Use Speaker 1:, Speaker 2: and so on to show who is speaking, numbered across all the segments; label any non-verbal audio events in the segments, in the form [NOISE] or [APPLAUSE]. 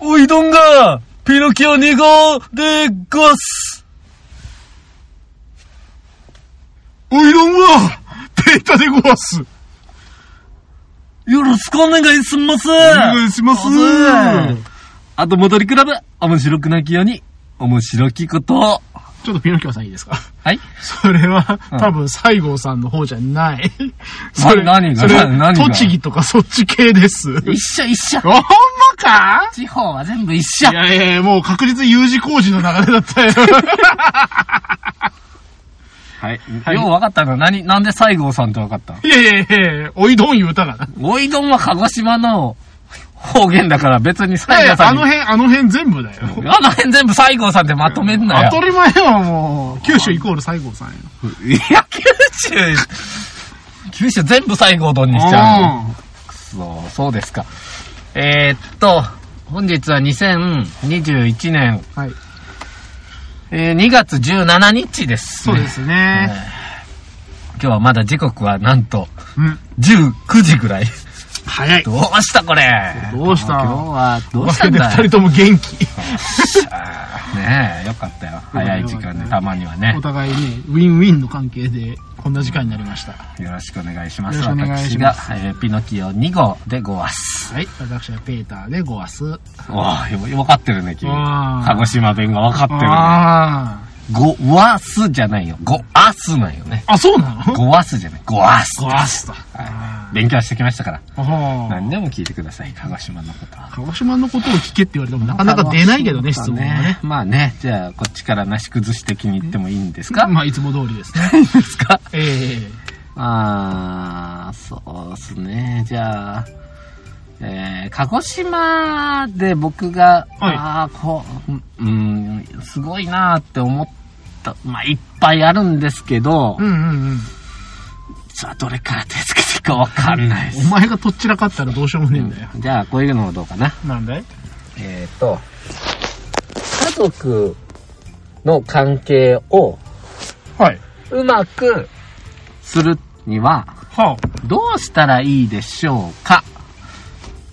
Speaker 1: おいどんが、ピノキオ2号でごわす。
Speaker 2: おいどんは、ペータでごわす。お
Speaker 1: よろしくお願いします。お
Speaker 2: 願いします。
Speaker 1: あと戻りクラブ、面白くなきように、面白きことを。
Speaker 2: ちょっとピノキオさんいいですか [LAUGHS]
Speaker 1: はい
Speaker 2: それは、
Speaker 1: うん
Speaker 2: 多分、西郷さんの方じ
Speaker 1: [LAUGHS]
Speaker 2: ゃない。それ、
Speaker 1: 何が
Speaker 2: それ
Speaker 1: 何が
Speaker 2: 栃木とかそっち系
Speaker 1: [LAUGHS]
Speaker 2: です。ほん
Speaker 1: 一緒一緒。
Speaker 2: まか
Speaker 1: 地方は全部一緒
Speaker 2: い。やいやいやもう確実に U 字工事の流れだ
Speaker 1: [LAUGHS]
Speaker 2: ったよ。
Speaker 1: はい。
Speaker 2: はい
Speaker 1: よう分かったな。何、なんで西郷さんって分かった
Speaker 2: いやいやいや、おいどん言うたがな。
Speaker 1: おいどんは鹿児島の方言だから別に西
Speaker 2: いやい
Speaker 1: 郷
Speaker 2: や、
Speaker 1: さ
Speaker 2: あ
Speaker 1: んに
Speaker 2: の。辺、あの辺全部だよ。
Speaker 1: あの辺全部西郷さんってまとめんなよ
Speaker 2: 当。たり前はもう、九州イコール西郷さんよ。
Speaker 1: いや、九州、九州全部西郷どんにしちゃう。そう、そうですか。えー、っと、本日は2021年、
Speaker 2: うんはい。
Speaker 1: えー2月17日です、
Speaker 2: そうです
Speaker 1: えー
Speaker 2: ね。
Speaker 1: 今日はまだ時刻はなんと
Speaker 2: うん。
Speaker 1: 19時ぐらい。
Speaker 2: 早い。
Speaker 1: どうしたこれ
Speaker 2: どうした
Speaker 1: 今日はど
Speaker 2: お
Speaker 1: うし
Speaker 2: か
Speaker 1: た
Speaker 2: げ
Speaker 1: ん
Speaker 2: で
Speaker 1: だ
Speaker 2: 二
Speaker 1: よ
Speaker 2: 人とも元気。
Speaker 1: ねえ、よかったよ。早い時間でたまにはね
Speaker 2: お。互いね、ウィンウィンの関係で、こんな時間になりました。は
Speaker 1: よろしくお願いします。
Speaker 2: よろしくお願い
Speaker 1: 私
Speaker 2: し
Speaker 1: が
Speaker 2: ま、
Speaker 1: えーピノキオ2号でごわす。
Speaker 2: い。私はペーターでごわす。
Speaker 1: おー、よ、わかってるね、君。
Speaker 2: あー
Speaker 1: 鹿児島弁がわかってるね。
Speaker 2: あ
Speaker 1: ごわすじゃないよ。ごあすなんよね。
Speaker 2: あ。あ、そうなの
Speaker 1: ごわすじゃない。ごわす。
Speaker 2: ごわすと。
Speaker 1: はい勉強してきましたから。
Speaker 2: あはあ
Speaker 1: 何でも聞いてください、鹿児島のことは。
Speaker 2: 鹿児島のことを聞けって言われてもなかなか出ないけどね、質問がね。。
Speaker 1: まあね、じゃあ、こっちからなし崩し的に言ってもいいんですか
Speaker 2: まあ、いつも通りですね。 [LAUGHS]
Speaker 1: いいんですか
Speaker 2: ええ
Speaker 1: あー、そうですね。じゃあ、えー、鹿児島で僕が、
Speaker 2: はい
Speaker 1: ああ、こう、うん、うんすごいなーって思った、まあ、いっぱいあるんですけど、
Speaker 2: うんうんうん。
Speaker 1: さあ、どれから手つけていいかわかんないで
Speaker 2: お
Speaker 1: す。
Speaker 2: 前がとっちらかったらどうしようもねえんだよ。
Speaker 1: じゃあ、こういうのはどうかな。
Speaker 2: なんだい
Speaker 1: えっ、と、家族の関係を
Speaker 2: はい。
Speaker 1: うまくするには、
Speaker 2: は
Speaker 1: どうしたらいいでしょうか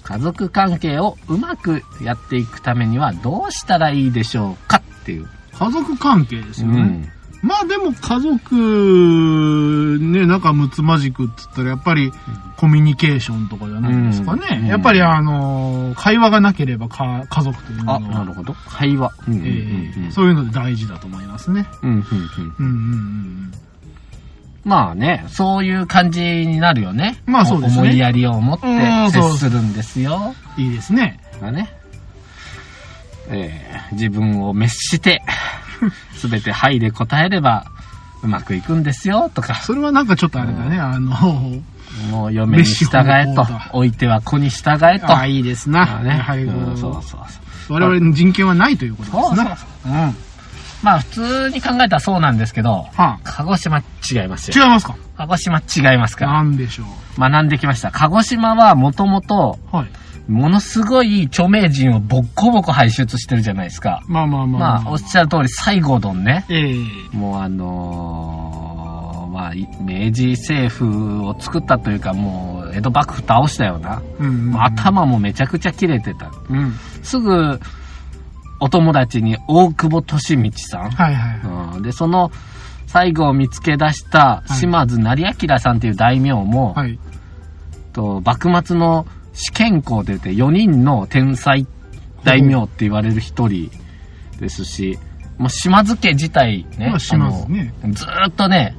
Speaker 1: 家族関係をうまくやっていくためにはどうしたらいいでしょうかっていう。
Speaker 2: あ、家族関係ですよね。
Speaker 1: ん。
Speaker 2: まあでも家族、ね、仲睦まじくっつったらやっぱりコミュニケーションとかじゃないですかね。
Speaker 1: うん
Speaker 2: やっぱりあのー会話がなければか家族というの
Speaker 1: あ、
Speaker 2: は、
Speaker 1: なるほど。会話。うんうん
Speaker 2: えーそういうので大事だと思いますね。
Speaker 1: うんうんうん
Speaker 2: うんうんうん
Speaker 1: まあね、そういう感じになるよね。
Speaker 2: まあそうですね
Speaker 1: 思いやりを持って
Speaker 2: うん
Speaker 1: 接
Speaker 2: そう
Speaker 1: するんですよ。
Speaker 2: うん。いいですね。
Speaker 1: だね。えー自分を滅して、
Speaker 2: [LAUGHS]
Speaker 1: すべてはいで答えれば、うまくいくんですよ、とか。
Speaker 2: それはなんかちょっとあれだね、あのー、
Speaker 1: もう嫁に従えと
Speaker 2: 飯方法だ、
Speaker 1: おいては子に従えと。
Speaker 2: ああ、いいですな。
Speaker 1: まあ
Speaker 2: やはりこう
Speaker 1: うんそうそうそう。
Speaker 2: 我々の人権はないということです
Speaker 1: そうそう
Speaker 2: な。
Speaker 1: そう。うん。まあ普通に考えたらそうなんですけど、
Speaker 2: はあ
Speaker 1: 鹿児島違います
Speaker 2: 違い
Speaker 1: よ。
Speaker 2: ますか
Speaker 1: 鹿児島違いますから。
Speaker 2: なんでしょ
Speaker 1: 学んできました。鹿児島はもともと、
Speaker 2: う。はい。
Speaker 1: ものすごい著名人をボッコボコ輩出してるじゃないですか。
Speaker 2: まあまあまあ
Speaker 1: まあおっしゃる通り西郷どんね。
Speaker 2: ええ
Speaker 1: もうあのーまあい明治政府を作ったというかもう江戸幕府倒したような。
Speaker 2: うんうんうん
Speaker 1: もう頭もめちゃくちゃ切れてた。
Speaker 2: うん。
Speaker 1: すぐ、お友達に大久保利道さ
Speaker 2: はいはいは
Speaker 1: ん。
Speaker 2: い。
Speaker 1: うん、で、その、最後を見つけ出した
Speaker 2: い
Speaker 1: 島津成明さんっていう大名も、
Speaker 2: はい。
Speaker 1: と幕末の試験校でて4人の天才大名って言われる一人ですし、もう島津家自体ね、
Speaker 2: まあ島津ね
Speaker 1: あのずーっとね、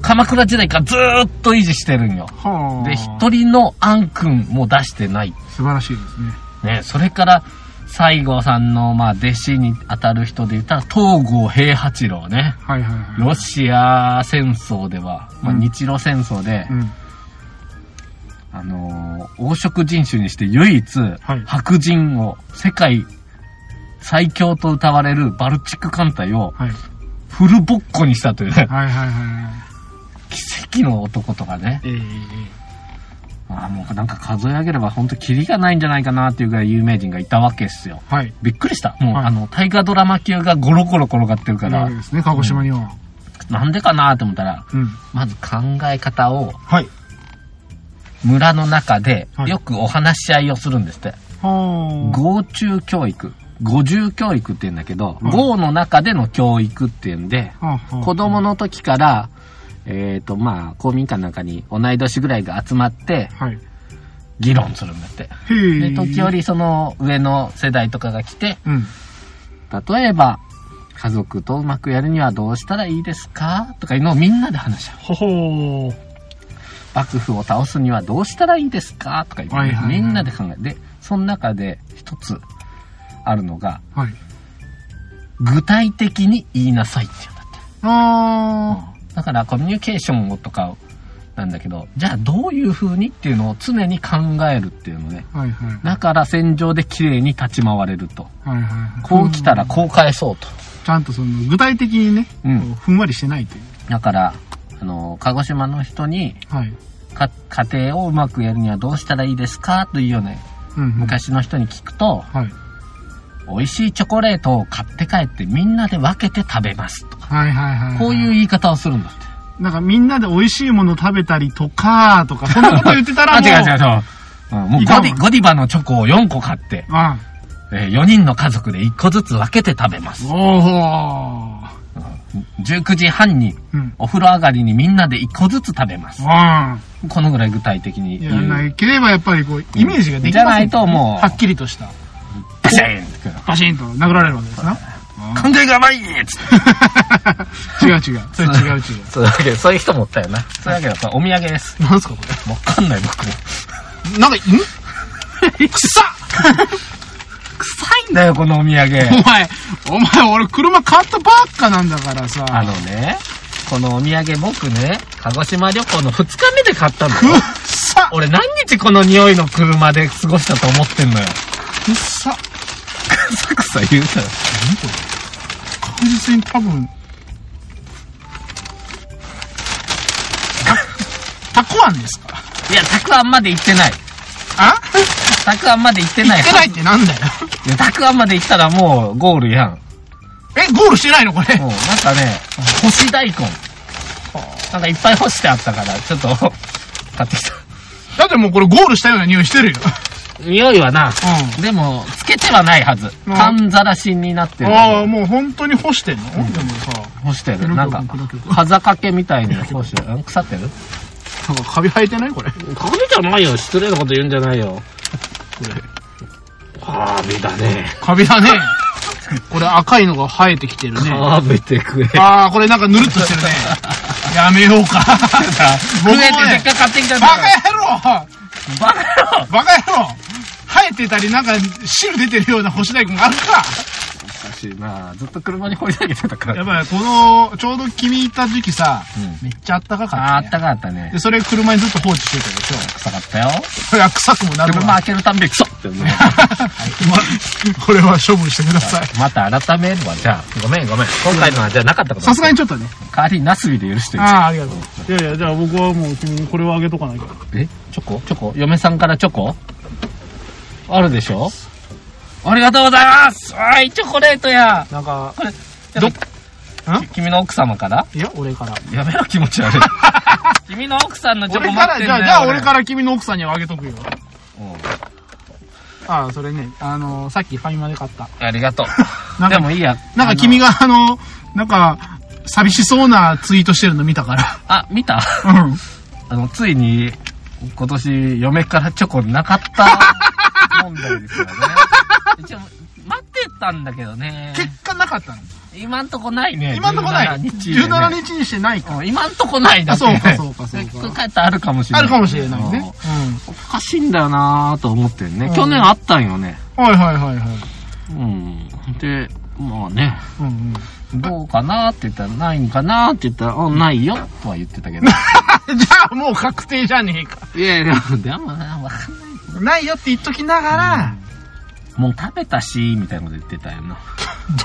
Speaker 1: 鎌倉時代からずーっと維持してるんよ。
Speaker 2: はあ。
Speaker 1: で、一人の暗君も出してない
Speaker 2: 素晴らしいですね。
Speaker 1: ね、それから、西郷さんの、まあ、弟子に当たる人で言ったら、東郷平八郎ね。
Speaker 2: はいはいはい。
Speaker 1: ロシア戦争では、まあ、
Speaker 2: うん
Speaker 1: 日露戦争で、
Speaker 2: うん。
Speaker 1: あのー黄色人種にして唯一、
Speaker 2: はい
Speaker 1: 白人を、世界最強と歌われるバルチック艦隊を
Speaker 2: はい。
Speaker 1: フルボッコにしたというね、
Speaker 2: はいはいはい。
Speaker 1: 奇跡の男とかね。
Speaker 2: ええ
Speaker 1: あーもうなんか数え上げれば本当キリがないんじゃないかなっていうぐらい有名人がいたわけですよ。
Speaker 2: はい。
Speaker 1: びっくりした。もう、
Speaker 2: はい
Speaker 1: あの、大河ドラマ級がゴロゴロ転がってるか
Speaker 2: な
Speaker 1: ら
Speaker 2: わけ、ですね、鹿児島には。
Speaker 1: なんでかなと思ったら、
Speaker 2: うん。
Speaker 1: まず考え方を
Speaker 2: はい。
Speaker 1: 村の中で
Speaker 2: はい
Speaker 1: よくお話し合いをするんですって。
Speaker 2: はあ。
Speaker 1: 合中教育。五重教育って言うんだけど、合の中での教育っていうんで、
Speaker 2: はあはあ
Speaker 1: 子供の時から、えっ、と、まあ、公民館なんかに同い年ぐらいが集まって、
Speaker 2: はい。
Speaker 1: 議論するんだって。
Speaker 2: へ
Speaker 1: で、
Speaker 2: え。
Speaker 1: 時折その上の世代とかが来て、
Speaker 2: うん。
Speaker 1: 例えば、家族とうまくやるにはどうしたらいいですかとかいうのをみんなで話し合う。
Speaker 2: ほほー。
Speaker 1: 幕府を倒すにはどうしたらいいですかとか言って、
Speaker 2: はいはいはい
Speaker 1: みんなで考えて、で、その中で一つあるのが、
Speaker 2: はい。
Speaker 1: 具体的に言いなさいっていうんだって。
Speaker 2: あ
Speaker 1: だからコミュニケーションをとかをなんだけど、じゃあどういう風にっていうのを常に考えるっていうのね。
Speaker 2: ー。はいはい。
Speaker 1: だから戦場で綺麗に立ち回れると。
Speaker 2: はいはいはい。
Speaker 1: こう来たらこう返そうと。
Speaker 2: ちゃんとその、具体的にね、
Speaker 1: うん
Speaker 2: こうふんわりしてないという。
Speaker 1: だから、あの、鹿児島の人に、
Speaker 2: はい。
Speaker 1: か家庭をうまくやるにはどうしたらいいですかというような
Speaker 2: うんうん。
Speaker 1: 昔の人に聞くと、
Speaker 2: はい。
Speaker 1: 美味しいチョコレートを買って帰ってみんなで分けて食べますとか、
Speaker 2: はいはいはい。
Speaker 1: こういう
Speaker 2: う。
Speaker 1: 言い方をするんだって。
Speaker 2: なんかみんなで美味しいもの食べたりとか、とか、そんなこと言ってた
Speaker 1: [LAUGHS]
Speaker 2: ら
Speaker 1: あ、
Speaker 2: もう。
Speaker 1: 違う違う違う。うんもう
Speaker 2: いか
Speaker 1: ゴ
Speaker 2: ん
Speaker 1: ディ、ゴディバのチョコを4個買って、
Speaker 2: あ
Speaker 1: え4人の家族で1個ずつ分けて食べます。
Speaker 2: おー。
Speaker 1: 19時半に
Speaker 2: うん。
Speaker 1: お風呂上がりにみんなで1個ずつ食べます。
Speaker 2: ああ。
Speaker 1: このぐらい具体的に
Speaker 2: やら
Speaker 1: 言う。
Speaker 2: なければやっぱりこう、イメージができません
Speaker 1: じゃないともう
Speaker 2: はっきりとした、
Speaker 1: バシーンって
Speaker 2: バシンと殴られるわけですな。
Speaker 1: [LAUGHS] 考えが甘いっつって。
Speaker 2: 違う違う。それ違う違う。
Speaker 1: そういうわけで、そういう人もおったよな。そういうわけで、これお土産です。
Speaker 2: なんすかこ
Speaker 1: わかんない、僕も。
Speaker 2: れ。なんか、んくさ
Speaker 1: 臭いんだよ、このお土産。
Speaker 2: お前、お前、俺車買ったばっかなんだからさ。
Speaker 1: あのね、このお土産僕ね、鹿児島旅行の2日目で買ったの
Speaker 2: くっ
Speaker 1: よ。
Speaker 2: さ
Speaker 1: 俺何日この匂いの車で過ごしたと思ってんのよ。
Speaker 2: くっさ
Speaker 1: くさくさ言うたよ。
Speaker 2: 確実に多分。た、たこあんですか
Speaker 1: いや、たくあんまで行ってない。
Speaker 2: あ
Speaker 1: たくあんまで行って
Speaker 2: 行
Speaker 1: な
Speaker 2: っ
Speaker 1: い。
Speaker 2: てないってなんだよ。
Speaker 1: いやたくあんまで行ったらもうゴールやん。
Speaker 2: [LAUGHS] え、ゴールしてないのこれ。
Speaker 1: もうなんかね、干し大根。なんかいっぱい干してあったから、ちょっと、買ってきた。
Speaker 2: だってもうこれゴールしたような匂いしてるよ。
Speaker 1: 匂いはな、
Speaker 2: う
Speaker 1: でも、つけてはないはず。
Speaker 2: うん
Speaker 1: 缶ざらしになってる。
Speaker 2: ああ、もう本当に干してんの、でもさ、
Speaker 1: 干してる。
Speaker 2: 黒
Speaker 1: な
Speaker 2: 曲
Speaker 1: んか
Speaker 2: 黒、曲
Speaker 1: 風掛けみたいに干してる。うん腐ってる
Speaker 2: なんかカビ生えてないこれ。こ
Speaker 1: カビじゃないよ。失礼なこと言うんじゃない [LAUGHS] よ。
Speaker 2: れ。
Speaker 1: カビだね。
Speaker 2: カビだね。 [LAUGHS] これ赤いのが生えてきてるね。
Speaker 1: カビてくれ。
Speaker 2: [LAUGHS] ああ、これなんかぬるっとしてるね。 [LAUGHS] やめよう [LAUGHS] か。
Speaker 1: 増えてせっかく買ってきたんだ
Speaker 2: バ
Speaker 1: か
Speaker 2: カ
Speaker 1: ら。
Speaker 2: 野
Speaker 1: バ
Speaker 2: 郎
Speaker 1: カ野郎
Speaker 2: バカ野郎生えてたり、なんか汁出てるような干し大根があるか。
Speaker 1: おかしいなずっと車に掘り上げてたから。
Speaker 2: やっぱりこの、ちょうど君行った時期さ、
Speaker 1: う
Speaker 2: めっちゃあったかか
Speaker 1: あーあっ
Speaker 2: っ、
Speaker 1: たた
Speaker 2: ね。
Speaker 1: かかったね
Speaker 2: で、。それ車にずっと放置してたでしょ。
Speaker 1: 臭かったよ。
Speaker 2: それは臭くもなる
Speaker 1: 車
Speaker 2: わ。
Speaker 1: 開けるたんびクソって思う。
Speaker 2: ま [LAUGHS] これは処分してください。
Speaker 1: また改めるわ。じゃあ、ごめんごめん。今回のはじゃあなかったこと。
Speaker 2: さすがにちょっとね。
Speaker 1: 代わりにナスビで許してる。
Speaker 2: ああ、ありがとう。いやいや、じゃあ僕はもう君にこれをあげとかなきゃ。
Speaker 1: えチョコチョコ嫁さんからチョコあるでしょありがとうございますわーい、チョコレートや
Speaker 2: なんか、
Speaker 1: これ、
Speaker 2: ど
Speaker 1: き君の奥様から
Speaker 2: いや、俺から。
Speaker 1: やめろ、気持ち悪い。 [LAUGHS] 君の奥さんのチョコ
Speaker 2: 俺
Speaker 1: 待
Speaker 2: か
Speaker 1: っ
Speaker 2: ら、
Speaker 1: てん
Speaker 2: じ
Speaker 1: だ
Speaker 2: ゃ
Speaker 1: よ
Speaker 2: あ、じゃあ俺から君の奥さんにはあげとくよ。ああ、それね、あのー、さっきファミマで買った。
Speaker 1: うんありがと [LAUGHS] う。
Speaker 2: なんか
Speaker 1: でもいいや。
Speaker 2: なんか君があの、なんか、寂しそうなツイートしてるの見たから。
Speaker 1: あの。あ、見た
Speaker 2: うん。
Speaker 1: あの、ついに、今年、嫁からチョコなか [LAUGHS] った問題ですよね。一応、待ってたんだけどね。
Speaker 2: 結果なかったの。
Speaker 1: 今んとこないね。
Speaker 2: 今のとこない。
Speaker 1: 17日、
Speaker 2: 17日にしてないか。
Speaker 1: うん今んとこないだ
Speaker 2: あ
Speaker 1: け
Speaker 2: そうか、そうか、そう
Speaker 1: 結構
Speaker 2: か。
Speaker 1: 帰ったらあるかもしれな
Speaker 2: あ
Speaker 1: い。
Speaker 2: るかもしれないね。
Speaker 1: うん。おかしいんだよなぁと思ってね
Speaker 2: う。ん
Speaker 1: 去年あったんよね。
Speaker 2: うん。はいはいはいはい。
Speaker 1: うん。で、まあね、
Speaker 2: うんうん。
Speaker 1: どうかなって言ったら、ないんかなって言ったら、あ、ないよとは言って [LAUGHS] たけど。
Speaker 2: [LAUGHS] じゃあもう確定じゃねえか。
Speaker 1: いやいや、でもな、わかんない。
Speaker 2: ないよって言っときながら、
Speaker 1: もう食べたし、みたいなこと言ってたよな。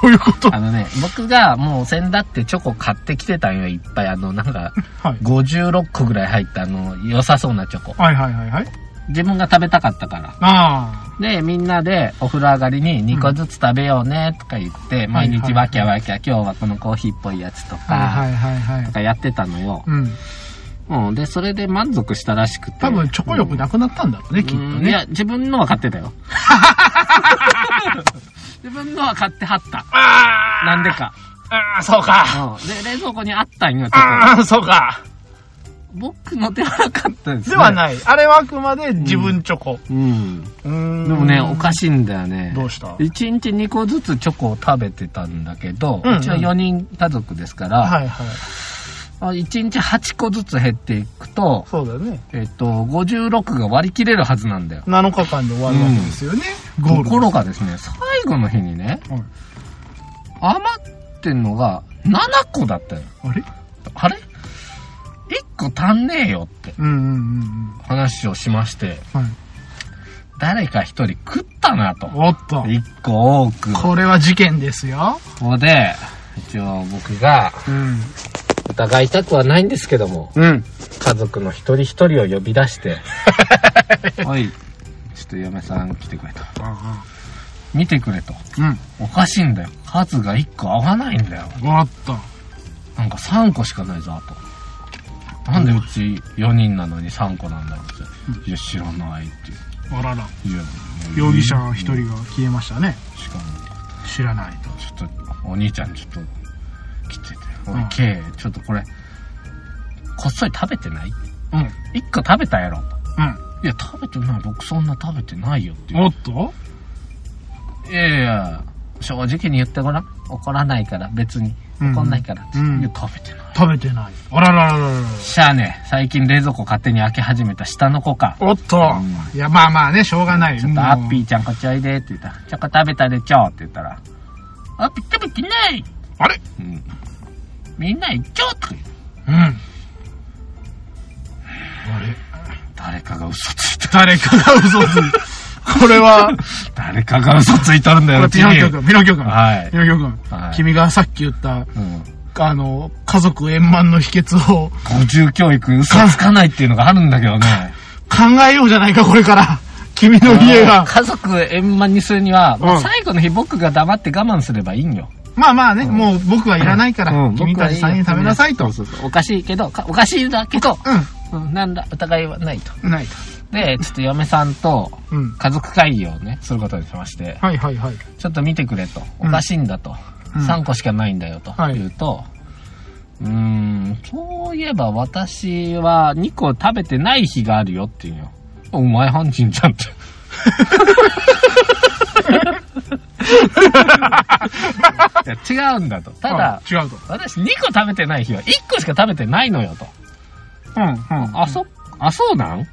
Speaker 2: どういう [LAUGHS] こと
Speaker 1: あのね、僕がもう先だってチョコ買ってきてたんよ、いっぱい。あの、なんか、
Speaker 2: はい。
Speaker 1: 56個ぐらい入った、あの、良さそうなチョコ。
Speaker 2: はいはいはいはい。
Speaker 1: 自分が食べたかったから。
Speaker 2: あ
Speaker 1: で、みんなでお風呂上がりに2個ずつ食べようねとか言って、毎日わきゃわきゃ、今日はこのコーヒーっぽいやつと
Speaker 2: あ。
Speaker 1: か、
Speaker 2: はいはいはいは
Speaker 1: と
Speaker 2: い。
Speaker 1: かやってたのよ。
Speaker 2: うん。
Speaker 1: うん。で、それで満足したらしくて。
Speaker 2: 多分、チョコ力なくなったんだろうね、きっと
Speaker 1: うんい
Speaker 2: ね。
Speaker 1: や、自分のは買ってたよ。 [LAUGHS] 自分のは買ってはった。
Speaker 2: あ
Speaker 1: なんでか。
Speaker 2: あ、ああ、そうか。
Speaker 1: うん。で、冷蔵庫にあったんよ、ちょっと。
Speaker 2: ああ、そうか。
Speaker 1: 僕のではなかったです、ね。
Speaker 2: ではない。あれはあくまで自分チョコ。
Speaker 1: うん。
Speaker 2: うーん
Speaker 1: でもね、おかしいんだよね。
Speaker 2: どうした
Speaker 1: 一日2個ずつチョコを食べてたんだけど、
Speaker 2: うんうん
Speaker 1: うちは4人家族ですから、
Speaker 2: はいはい。
Speaker 1: あ一日8個ずつ減っていくと、
Speaker 2: そうだよね。
Speaker 1: えっと、56が割り切れるはずなんだよ。
Speaker 2: 7日間で終わるわけですよね。ゴー
Speaker 1: と
Speaker 2: ル。
Speaker 1: ころがですね、最後の日にね、
Speaker 2: はい
Speaker 1: 余ってんのが7個だったよ。
Speaker 2: あれ
Speaker 1: あれ ?1 個足んねえよって
Speaker 2: うんうんうんうん。
Speaker 1: 話をしまして、
Speaker 2: はい。
Speaker 1: 誰か1人食ったなと。
Speaker 2: おっと。
Speaker 1: 1個多く。こ
Speaker 2: これは事件ですよ。
Speaker 1: こで、一応僕が
Speaker 2: うん。
Speaker 1: 疑いたくはないんですけども、
Speaker 2: うん。
Speaker 1: 家族の一人一人を呼び出 [LAUGHS] して、おい、ちょっと嫁さん来てくれと。見てくれと。
Speaker 2: うん。
Speaker 1: おかしいんだよ。数が1個合わないんだよ。
Speaker 2: おっと。
Speaker 1: なんか3個しかないぞ、と。なんでうち4人なのに3個なんだろうって。いや、知らないって
Speaker 2: あらら。
Speaker 1: いう。いや、
Speaker 2: 容疑者一人が消えましたね。
Speaker 1: しかも、
Speaker 2: 知らないと。
Speaker 1: ちょっと、お兄ちゃんちょっと、来てて。お
Speaker 2: う
Speaker 1: い
Speaker 2: ん、
Speaker 1: K、ちょっとこれ、こっそり食べてない
Speaker 2: うん。う
Speaker 1: ?1 個食べたやろ。
Speaker 2: ん。
Speaker 1: いや、食べてない。僕そんな食べてないよっていう
Speaker 2: おっと
Speaker 1: いやいや、正直に言ってごらん。怒らないから、別に。
Speaker 2: うん
Speaker 1: 怒んないから。
Speaker 2: うん
Speaker 1: いや食べてない。
Speaker 2: 食べてない。あらららららら。
Speaker 1: しゃあね、最近冷蔵庫勝手に開け始めた下の子か。
Speaker 2: おっと。いや、まあまあね、しょうがない。
Speaker 1: ちょっとアッピ
Speaker 2: ー。
Speaker 1: ーちゃんこっちおいでって言ったら、チョコ食べたでちょって言ったら、アッピー食べてない
Speaker 2: あれ
Speaker 1: うん。みんな行っちょって。
Speaker 2: うん。あれ
Speaker 1: 誰かが嘘ついた。
Speaker 2: 誰かが嘘ついた。これは、
Speaker 1: 誰かが嘘ついたんだ
Speaker 2: これ
Speaker 1: よ、
Speaker 2: ピノキョ
Speaker 1: 君
Speaker 2: 君、ピノキョ君。
Speaker 1: はい
Speaker 2: ピノキョ君、
Speaker 1: はい
Speaker 2: 君がさっき言った、
Speaker 1: うん。
Speaker 2: あの、家族円満の秘訣を
Speaker 1: 五重教育嘘つかないっていうのがあるんだけどね。
Speaker 2: 考えようじゃないか、これから。君の家が。
Speaker 1: 家族円満にするには、
Speaker 2: うん
Speaker 1: 最後の日僕が黙って我慢すればいいんよ。
Speaker 2: まあまあね、もう僕はいらないから、
Speaker 1: うん
Speaker 2: 君たち3人食べなさいと。
Speaker 1: そうそうそうおかしいけど、かおかしいだけど、
Speaker 2: う
Speaker 1: うん、なんだ、疑いはないと。
Speaker 2: ん。ない
Speaker 1: で、ちょっと嫁さんと
Speaker 2: と。うん。
Speaker 1: 家族会議をね、することにしまして、
Speaker 2: はいはいはい。
Speaker 1: ちょっと見てくれと、お
Speaker 2: うん
Speaker 1: かしいんだと、
Speaker 2: うん
Speaker 1: 3個しかないんだよと
Speaker 2: はい
Speaker 1: 言うと、うーん、そういえば私は2個食べてない日があるよって言うよ。お前犯人じゃん
Speaker 2: [LAUGHS]
Speaker 1: って。いや違うんだと。ただ、
Speaker 2: あ違うと。
Speaker 1: 私2個食べてない日は1個しか食べてないのよと。
Speaker 2: うん、うん。
Speaker 1: あ、そ、あ、そうなん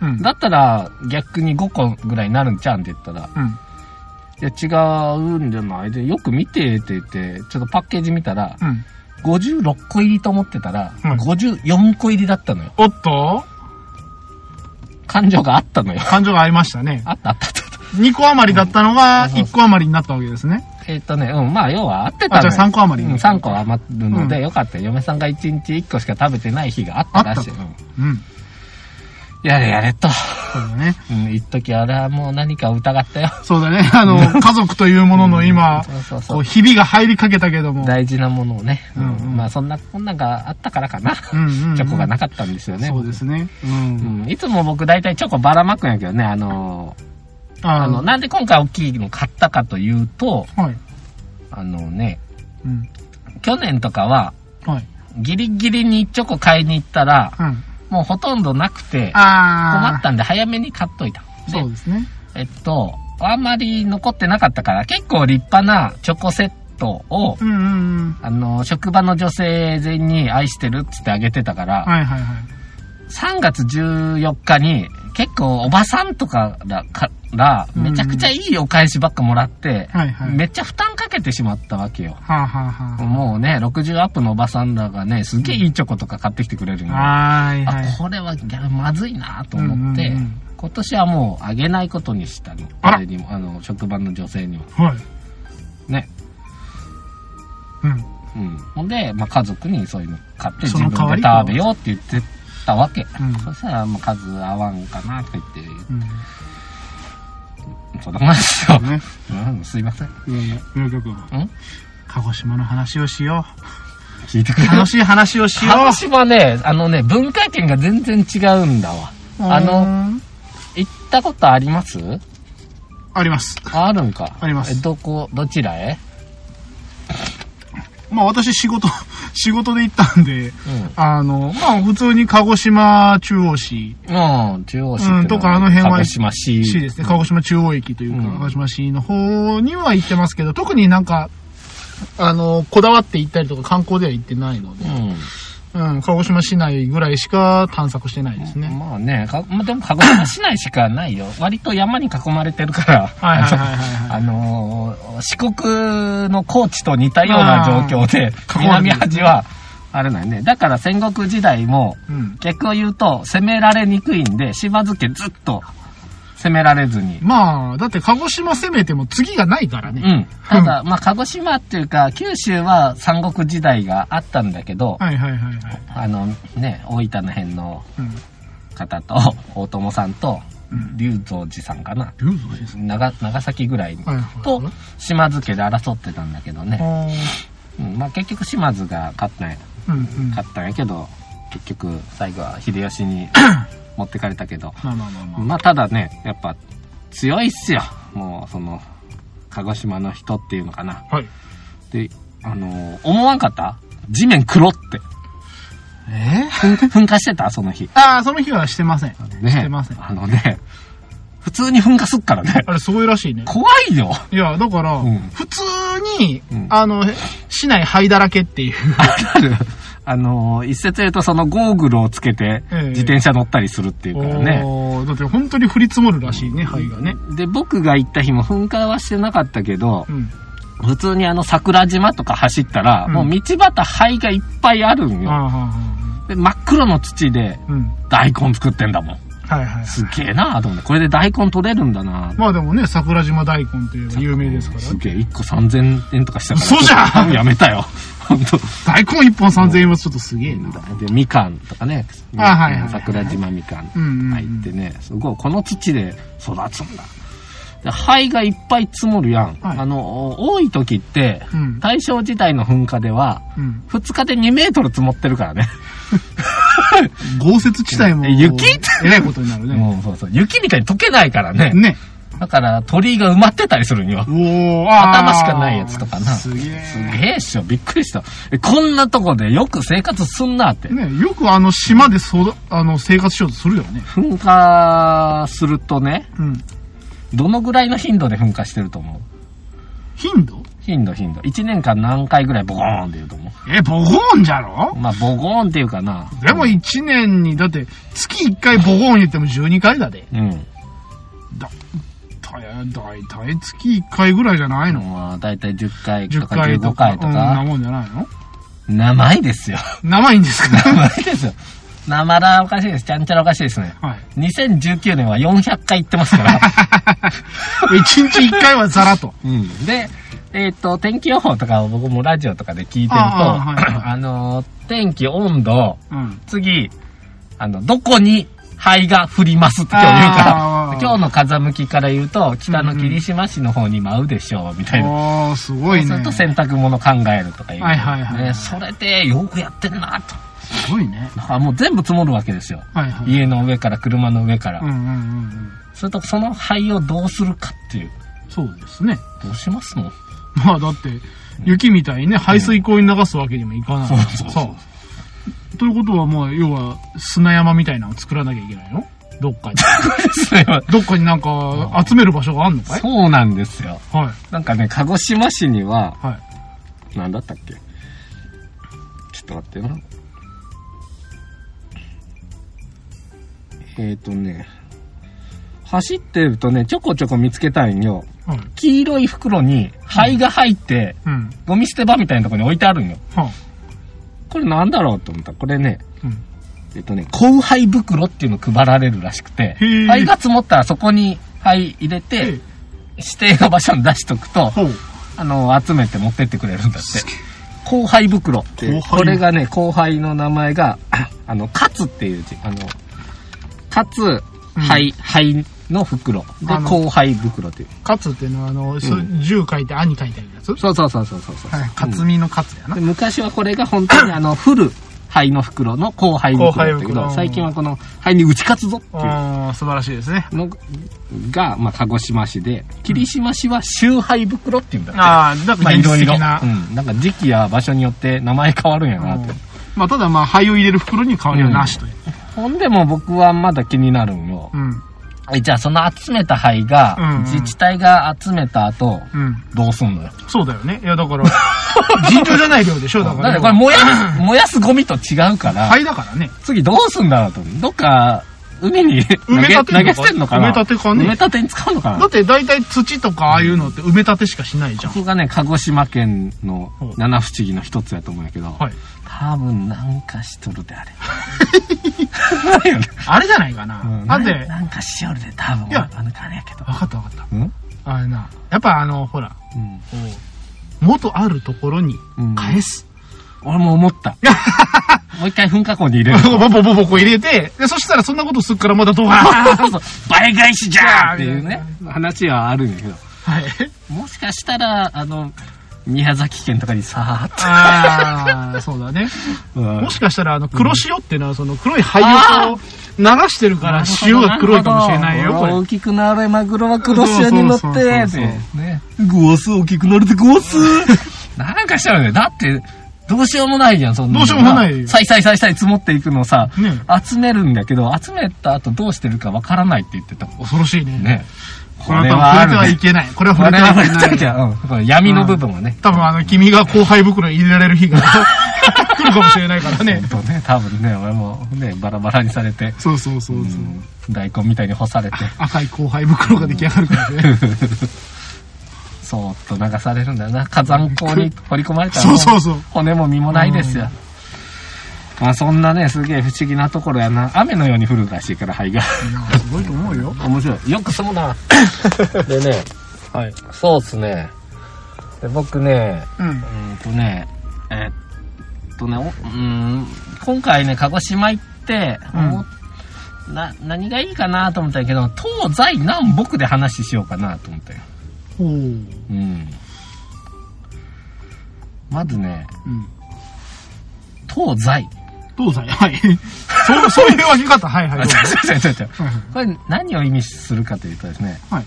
Speaker 2: うん。
Speaker 1: だったら逆に5個ぐらいになるんちゃうんって言ったら、
Speaker 2: うん。
Speaker 1: いや違うんじゃないで、よく見てって言って、ちょっとパッケージ見たら、
Speaker 2: うん。
Speaker 1: 56個入りと思ってたら、
Speaker 2: うん
Speaker 1: 54個入りだったのよ。
Speaker 2: おっと
Speaker 1: 感情があったのよ。
Speaker 2: 感情が合いましたね。
Speaker 1: あったあったあった。
Speaker 2: 2個余りだったのが
Speaker 1: うんそうそう
Speaker 2: 1個余りになったわけですね。
Speaker 1: えっ、とね、うん、まあ、要は合ってたのよ。
Speaker 2: あじゃあ3個余り
Speaker 1: うん、3個余るので、
Speaker 2: うん
Speaker 1: よかったよ。嫁さんが1日1個しか食べてない日があったらしい。
Speaker 2: あっ
Speaker 1: うん
Speaker 2: うん。
Speaker 1: やれやれと。
Speaker 2: そうだね。
Speaker 1: うん、一時あれはもう何か疑ったよ。
Speaker 2: そうだね。あ [LAUGHS] の、家族というものの今、
Speaker 1: そうそうそ
Speaker 2: こ
Speaker 1: う
Speaker 2: う、。ひびが入りかけたけども。
Speaker 1: 大事なものをね。う
Speaker 2: うん
Speaker 1: ん、
Speaker 2: うん
Speaker 1: まあ、そんな、こんなんがあったからかな。
Speaker 2: うんうんうん。
Speaker 1: チョコがな
Speaker 2: く
Speaker 1: かったんですよね。
Speaker 2: そうですね。うん。
Speaker 1: うん、いつも僕大体チョコばらまくんやけどね、あのーあ
Speaker 2: あ
Speaker 1: の、なんで今回大きいの買ったかというと、
Speaker 2: はい。
Speaker 1: あのね、
Speaker 2: うん。
Speaker 1: 去年とかは、
Speaker 2: はい。
Speaker 1: ギリギリにチョコ買いに行ったら、
Speaker 2: うん。
Speaker 1: もうほとんどなくて、困
Speaker 2: あ
Speaker 1: ったんで早めに買っといた。
Speaker 2: ー。
Speaker 1: で
Speaker 2: そう、ですね。
Speaker 1: えっと、あんまり残ってなかったから、結構立派なチョコセットを、
Speaker 2: うんうんうん。
Speaker 1: あの、職場の女性全員に愛してるっつってあげてたから、
Speaker 2: はいはいはい。
Speaker 1: 3月14日に結構おばさんとかだから
Speaker 2: うん
Speaker 1: めちゃくちゃいいお返しばっかもらって、
Speaker 2: はいはい。
Speaker 1: めっちゃ負担かけてしまったわけよ。
Speaker 2: はあはあは
Speaker 1: もうね、60アップのおばさんらがね、すげえいいチョコとか買ってきてくれるの。あ、
Speaker 2: あ。はいはい。
Speaker 1: これは逆にまずいなと思って、
Speaker 2: うんうんうん
Speaker 1: 今年はもうあげないことにしたの。
Speaker 2: あら
Speaker 1: 誰にも、あの、職場の女性にも。
Speaker 2: はい。
Speaker 1: ね。
Speaker 2: うん。
Speaker 1: うん。ほんで、まあ、家族にそういうの買って自
Speaker 2: その
Speaker 1: 分
Speaker 2: 代わり
Speaker 1: で食べようって言ってたわけ。
Speaker 2: うん
Speaker 1: そしたら、まあ、数合わんかなとか言って、
Speaker 2: うん。
Speaker 1: そんなもんですよ。
Speaker 2: ね。
Speaker 1: うん、すいません。
Speaker 2: いやいや、ミロキョ君
Speaker 1: ん
Speaker 2: 鹿児島の話をしよ
Speaker 1: 聞いてくれ
Speaker 2: 楽しい話をし
Speaker 1: [LAUGHS]
Speaker 2: よ
Speaker 1: 話はね、あのね、文化圏が全然違うんだわ。
Speaker 2: う。
Speaker 1: あの
Speaker 2: うん、
Speaker 1: 行ったことあります
Speaker 2: あります。
Speaker 1: ああるんか。
Speaker 2: あります
Speaker 1: えどこ、どちらへ
Speaker 2: まあ私仕事、 [LAUGHS] 仕事で行ったんで、
Speaker 1: うん
Speaker 2: あの、まあ普通に鹿児島中央市、
Speaker 1: うん、中央市っていう
Speaker 2: うんとかあの辺は
Speaker 1: 鹿児島市。
Speaker 2: 市ですね、鹿児島中央駅というか、
Speaker 1: うん
Speaker 2: 鹿児島市の方には行ってますけど、特になんか、あの、こだわって行ったりとか観光では行ってないので、うん、鹿児島市内ぐらいしか探索してないです
Speaker 1: う
Speaker 2: ね
Speaker 1: ん。。まあね、かまあでも鹿児島市内しかないよ。 [LAUGHS] 割と山に囲まれてるから。
Speaker 2: はいはいはいはい
Speaker 1: あのー四国の高知と似たような状況で、
Speaker 2: あー
Speaker 1: 南端は、あれなんよね。だから戦国時代も、
Speaker 2: うん。
Speaker 1: 逆を言うと攻められにくいんで、柴漬けずっと攻められずに。
Speaker 2: まあ、だって鹿児島攻めても次がないから
Speaker 1: う
Speaker 2: ね。
Speaker 1: ん。ただ、まあ、鹿児島っていうか、九州は三国時代があったんだけど、
Speaker 2: はいはいはいはい。
Speaker 1: あのね、大分の辺の
Speaker 2: うん。
Speaker 1: 方と、大友さんと、龍造寺さんかな。
Speaker 2: 龍造ですね。
Speaker 1: 長長崎ぐらいに。
Speaker 2: はいはい。
Speaker 1: と、島津家で争ってたんだけどね。
Speaker 2: あ
Speaker 1: うん、まあ結局島津が勝ったんや、
Speaker 2: ーうんうん。ま
Speaker 1: 勝ったんやけど、結局最後は秀吉 [COUGHS] に持ってかれたけど。
Speaker 2: あまあまあまあ。
Speaker 1: まあただね、やっぱ強いっすよ。もうその、鹿児島の人っていうのかな。
Speaker 2: はい。
Speaker 1: で、あのー思わんかった地面黒って。
Speaker 2: え
Speaker 1: 噴噴火してたその日。
Speaker 2: ああ、その日はしてません。
Speaker 1: ね。
Speaker 2: してません
Speaker 1: あのね、普通に噴火すっからね。
Speaker 2: あれ、すごいらしいね。
Speaker 1: 怖いよ。
Speaker 2: いや、だから、
Speaker 1: ん
Speaker 2: 普通に、
Speaker 1: うん
Speaker 2: あの、市内灰だらけっていう。
Speaker 1: ある。あのー一説で言うとそのゴーグルをつけて
Speaker 2: ええ
Speaker 1: 自転車乗ったりするっていうからね。
Speaker 2: おーだって本当に降り積もるらしいね、灰がね。
Speaker 1: で、僕が行った日も噴火はしてなかったけど
Speaker 2: う、ん。
Speaker 1: 普通にあの桜島とか走ったら、
Speaker 2: うん
Speaker 1: もう道端灰がいっぱいあるんよ。
Speaker 2: ああ、はあは
Speaker 1: で真っ黒の土で
Speaker 2: あうん。
Speaker 1: 大根作ってんだもん。
Speaker 2: はいはい。
Speaker 1: すげえなと思って。これで大根取れるんだな
Speaker 2: まあでもね、桜島大根っていうのが有名ですから
Speaker 1: す。げえ、1個3000円とかしたから。
Speaker 2: 嘘じゃん
Speaker 1: やめたよ。ほんと。
Speaker 2: 大根一本3000円はちょっとすげえな。
Speaker 1: で、みかんとかね。
Speaker 2: あはいはいはい
Speaker 1: 桜島みかん
Speaker 2: うんうんうん
Speaker 1: 入ってね。すごい、この土で育つんだ。で灰がいっぱい積もるやん。
Speaker 2: はい
Speaker 1: あの、多い時って、
Speaker 2: うん。
Speaker 1: 大正時代の噴火では、
Speaker 2: うん。
Speaker 1: 2日で2メートル積もってるからね。
Speaker 2: 豪雪地帯も。
Speaker 1: え雪
Speaker 2: えらいことになるね。
Speaker 1: もうそうそう。雪みたいに溶けないからね。
Speaker 2: ね。
Speaker 1: だから鳥居が埋まってたりするんよ
Speaker 2: お。ー、あー
Speaker 1: 頭しかないやつとかな
Speaker 2: すげえ。
Speaker 1: すげえっしょ。びっくりした。えこんなとこでよく生活すんなって。
Speaker 2: ね、よくあの島でそあの生活しようとするよね。
Speaker 1: 噴火するとね、
Speaker 2: うん。
Speaker 1: どのぐらいの頻度で噴火してると思う
Speaker 2: 頻度
Speaker 1: 頻度頻度。1年間何回ぐらいボコーンって言うと思
Speaker 2: え、ボゴーンじゃろ
Speaker 1: うまあ、ボコーンっていうかな。
Speaker 2: でも1年に、だって、月1回ボゴーン言っても12回だで。
Speaker 1: うん。
Speaker 2: だ、だだいたい月1回ぐらいじゃないの
Speaker 1: まあ、だいたい10回と
Speaker 2: 10
Speaker 1: か
Speaker 2: 回と
Speaker 1: 15
Speaker 2: か。
Speaker 1: 回と
Speaker 2: うん、な
Speaker 1: か。
Speaker 2: もんじゃないの
Speaker 1: 生いですよ。
Speaker 2: 生いんですか
Speaker 1: [LAUGHS] 生いですよ。生らおかしいです。ちゃんちゃらおかしいですね。
Speaker 2: はい。
Speaker 1: 2019年は400回行ってますから。
Speaker 2: [LAUGHS] 1日1回はザラと。
Speaker 1: うん、で、えっ、と、天気予報とかを僕もラジオとかで聞いてると、
Speaker 2: ああ
Speaker 1: [CLEARS THROAT] あ,、
Speaker 2: はいは
Speaker 1: のー、天気、温度、
Speaker 2: うん。
Speaker 1: 次、あの、どこに灰が降りますって今日言う
Speaker 2: あ
Speaker 1: か
Speaker 2: あ
Speaker 1: ら、今日の風向きから言うと、北の霧島市の方に舞うでしょう、みたいな。
Speaker 2: おー、すご
Speaker 1: そう
Speaker 2: い
Speaker 1: する
Speaker 2: ね。
Speaker 1: と
Speaker 2: す
Speaker 1: 洗濯物考えるとかいう、
Speaker 2: はいはいはい
Speaker 1: ね。それでよくやってんなと。
Speaker 2: ごいね。
Speaker 1: だからもう全部積もるわけですよ。
Speaker 2: はいはい。
Speaker 1: 家の上から、車の上から。
Speaker 2: うんうんうんうん。
Speaker 1: それとその灰をどうするかっていう。
Speaker 2: そうですね。
Speaker 1: どうしますもん。 [LAUGHS]
Speaker 2: まあだって、雪みたいにね、排水溝に流すわけにもいかない。
Speaker 1: そうそうそう
Speaker 2: うということはもう、要は、砂山みたいなのを作らなきゃいけないのど
Speaker 1: [LAUGHS]
Speaker 2: っかに。
Speaker 1: それは
Speaker 2: どっかになんか、集める場所があんのかい
Speaker 1: そうなんですよ。
Speaker 2: はい。
Speaker 1: なんかね、鹿児島市には、
Speaker 2: はい。
Speaker 1: なんだったっけちょっと待ってな。えっ、ー、とね、走ってるとね、ちょこちょこ見つけたいんよ。
Speaker 2: はい。
Speaker 1: 黄色い袋に灰が入って、
Speaker 2: うん。
Speaker 1: ゴミ捨て場みたいなところに置いてあるんよ。
Speaker 2: は
Speaker 1: これなんだろうと思ったらこれね、
Speaker 2: うん。
Speaker 1: えっ、とね、後灰袋っていうの配られるらしくて
Speaker 2: へー、
Speaker 1: 灰が積もったらそこに灰入れ
Speaker 2: え
Speaker 1: て、指定の場所に出しとくと、
Speaker 2: ほう。
Speaker 1: あの、集めて持ってってくれるんだって。後輩袋っていう
Speaker 2: 後輩
Speaker 1: これがね、後輩の名 [CLEARS THROAT] 前が、ああの、カツっていう字。あの、カツ、
Speaker 2: うん
Speaker 1: 灰、灰の袋。で、
Speaker 2: あの
Speaker 1: 後輩袋という。
Speaker 2: カツっていうのは、あの、そう銃書いて兄書いてあるやつ
Speaker 1: そうそうそうそうそうそう。
Speaker 2: はい。カツミのカツやな
Speaker 1: で。昔はこれが本当にあの、フル灰の袋の後輩袋だったけ
Speaker 2: 後輩
Speaker 1: ど、
Speaker 2: 袋
Speaker 1: 最近はこの灰に打ち勝つぞっていう
Speaker 2: あー素晴らしいですね。
Speaker 1: のが、まあ、鹿児島市で、霧島市は周灰袋っていうんだって。
Speaker 2: ああ、だか
Speaker 1: まあ、
Speaker 2: ら
Speaker 1: い
Speaker 2: 現
Speaker 1: ろ
Speaker 2: 実
Speaker 1: いろ。
Speaker 2: 的
Speaker 1: うん
Speaker 2: な。。
Speaker 1: なんか時期や場所によって名前変わるんやなって。
Speaker 2: まあ、ただまあ、灰を入れる袋には変わりはなしという。
Speaker 1: ほんでも僕はまだ気になるんよ。
Speaker 2: うん。
Speaker 1: えじゃあその集めた灰が、
Speaker 2: うん
Speaker 1: 自治体が集めた後、
Speaker 2: うん。
Speaker 1: どうすんのよ。
Speaker 2: そうだよね。いや、だ [LAUGHS] から、尋常じゃない量でしょ、だ
Speaker 1: だ
Speaker 2: か
Speaker 1: から
Speaker 2: ら。
Speaker 1: これ燃やす、燃やすゴミと違うから、
Speaker 2: 灰だからね。
Speaker 1: 次どうすんだろうと思う。どっか、海に投
Speaker 2: [LAUGHS] 埋め
Speaker 1: げ
Speaker 2: 立て
Speaker 1: 投げ捨てんのかな
Speaker 2: 埋め立てかね
Speaker 1: 埋め立てに使うのかな
Speaker 2: だって大体土とかああいうのって埋め立てしかしないじゃん。
Speaker 1: ここがね、鹿児島県の
Speaker 2: ほう
Speaker 1: 七不思議の一つやと思うんやけど、
Speaker 2: はい。
Speaker 1: 多分なんかしとるであれ。ないよね
Speaker 2: あれじゃないかな。なんで、
Speaker 1: ななんかしよるで、多分。
Speaker 2: いや
Speaker 1: あの金やけど。
Speaker 2: わかったわかった。
Speaker 1: うん
Speaker 2: あれな。やっぱあの、ほら、
Speaker 1: うん。
Speaker 2: こう元あるところに
Speaker 1: うん
Speaker 2: 返 [LAUGHS] す。
Speaker 1: 俺も思った。もう一回噴火口に入れる。
Speaker 2: ボボボボボ入れて、で、そしたらそんなことするからまだドワーン
Speaker 1: そうそう倍返しじゃんっていうね、話はあるんやけど。
Speaker 2: [LAUGHS] はい。
Speaker 1: もしかしたら、あの、宮崎県とかにさーっ
Speaker 2: [LAUGHS] ああ、そうだね。
Speaker 1: と。うん
Speaker 2: もしかしたら、あの、黒潮っていうのは、その黒い灰
Speaker 1: あ
Speaker 2: をこう流してるから、塩が黒いかもしれないよ、これ。
Speaker 1: 大きくなれ、マグロは黒潮に乗って、
Speaker 2: そう
Speaker 1: って
Speaker 2: そうそうそう
Speaker 1: ね。ごわす、大きくなるでごわす。なんかしたらね、だって、どうしようもないじゃん、そんなの。
Speaker 2: どうしようもないよ
Speaker 1: さいさいさいさい積もっていくのをさ、
Speaker 2: ね
Speaker 1: 集めるんだけど、集めた後どうしてるかわからないって言ってた。
Speaker 2: 恐ろしいね。
Speaker 1: ね。
Speaker 2: これは触れてはい
Speaker 1: ね
Speaker 2: けない。これは
Speaker 1: こ
Speaker 2: 触
Speaker 1: れ
Speaker 2: れて
Speaker 1: は触れて
Speaker 2: は
Speaker 1: はい
Speaker 2: い
Speaker 1: け
Speaker 2: けない。
Speaker 1: ない。うん。この闇の部分はね。
Speaker 2: 多分あの、君が後輩袋に入れられる日 [LAUGHS] が来るかもしれないからね。
Speaker 1: 本当ね、多分ね、俺もね、バラバラにされて、
Speaker 2: そうそうそうそう。
Speaker 1: うん大根みたいに干されて、
Speaker 2: 赤い後輩袋が出来上がるからね。
Speaker 1: そーっと流されるんだよな。火山口に掘り込まれたら
Speaker 2: そ
Speaker 1: も
Speaker 2: うそうそう。
Speaker 1: 骨も身もないですよ。まあそんなね、すげえ不思議なところやな。雨のように降るらしいから、灰が。
Speaker 2: なんかすごいと思うよ。
Speaker 1: 面白い。よくそうな。 [LAUGHS] でね、
Speaker 2: はい。
Speaker 1: そうっすね。で僕ね、
Speaker 2: うん
Speaker 1: う。ーんとね、えっとね、おうーん、今回ね、鹿児島行って、
Speaker 2: うん
Speaker 1: おな、何がいいかなと思ったんやけど、東西南北で話しようかなと思ったよ。
Speaker 2: ほう。うん。
Speaker 1: うん。まずね、東西。
Speaker 2: 東西、はい。 [LAUGHS] そう、そういう分け方、はいはい。
Speaker 1: あ、
Speaker 2: どう
Speaker 1: 違う
Speaker 2: ぞ
Speaker 1: 違う違う違う。
Speaker 2: はいはい
Speaker 1: これ何を意味するかというとですね、
Speaker 2: はい。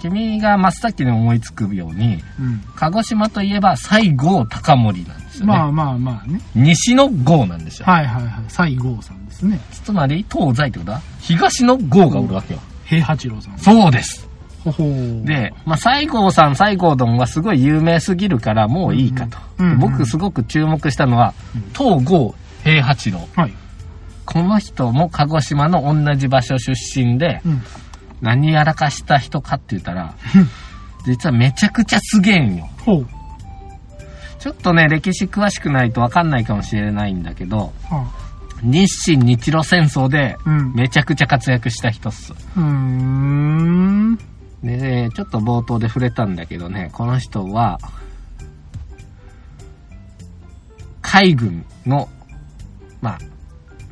Speaker 1: 君が真っ先に思いつくように、
Speaker 2: うん。
Speaker 1: 鹿児島といえば西郷隆盛なんですよね。
Speaker 2: まあまあまあね。
Speaker 1: 西の郷なんですよ。
Speaker 2: はいはいはい。西郷さんですね。
Speaker 1: つまり東西ってことは東の郷がおるわけよ。
Speaker 2: 平八郎さん。
Speaker 1: そうです。
Speaker 2: ほほう。
Speaker 1: で、まあ、西郷さん、西郷丼はすごい有名すぎるからもういいかと。
Speaker 2: うんうんうんうん
Speaker 1: 僕すごく注目したのは、東郷平八郎。
Speaker 2: はい。
Speaker 1: この人も鹿児島の同じ場所出身で、
Speaker 2: うん。
Speaker 1: 何やらかした人かって言った
Speaker 2: [LAUGHS]
Speaker 1: ら、実はめちゃくちゃすげえんよ。
Speaker 2: ほう。
Speaker 1: ちょっとね、歴史詳しくないとわかんないかもしれないんだけど、
Speaker 2: あ
Speaker 1: 日清日露戦争で
Speaker 2: うん
Speaker 1: めちゃくちゃ活躍した人っす。
Speaker 2: うーん。
Speaker 1: で、ちょっと冒頭で触れたんだけどね、この人は、海軍の、まあ、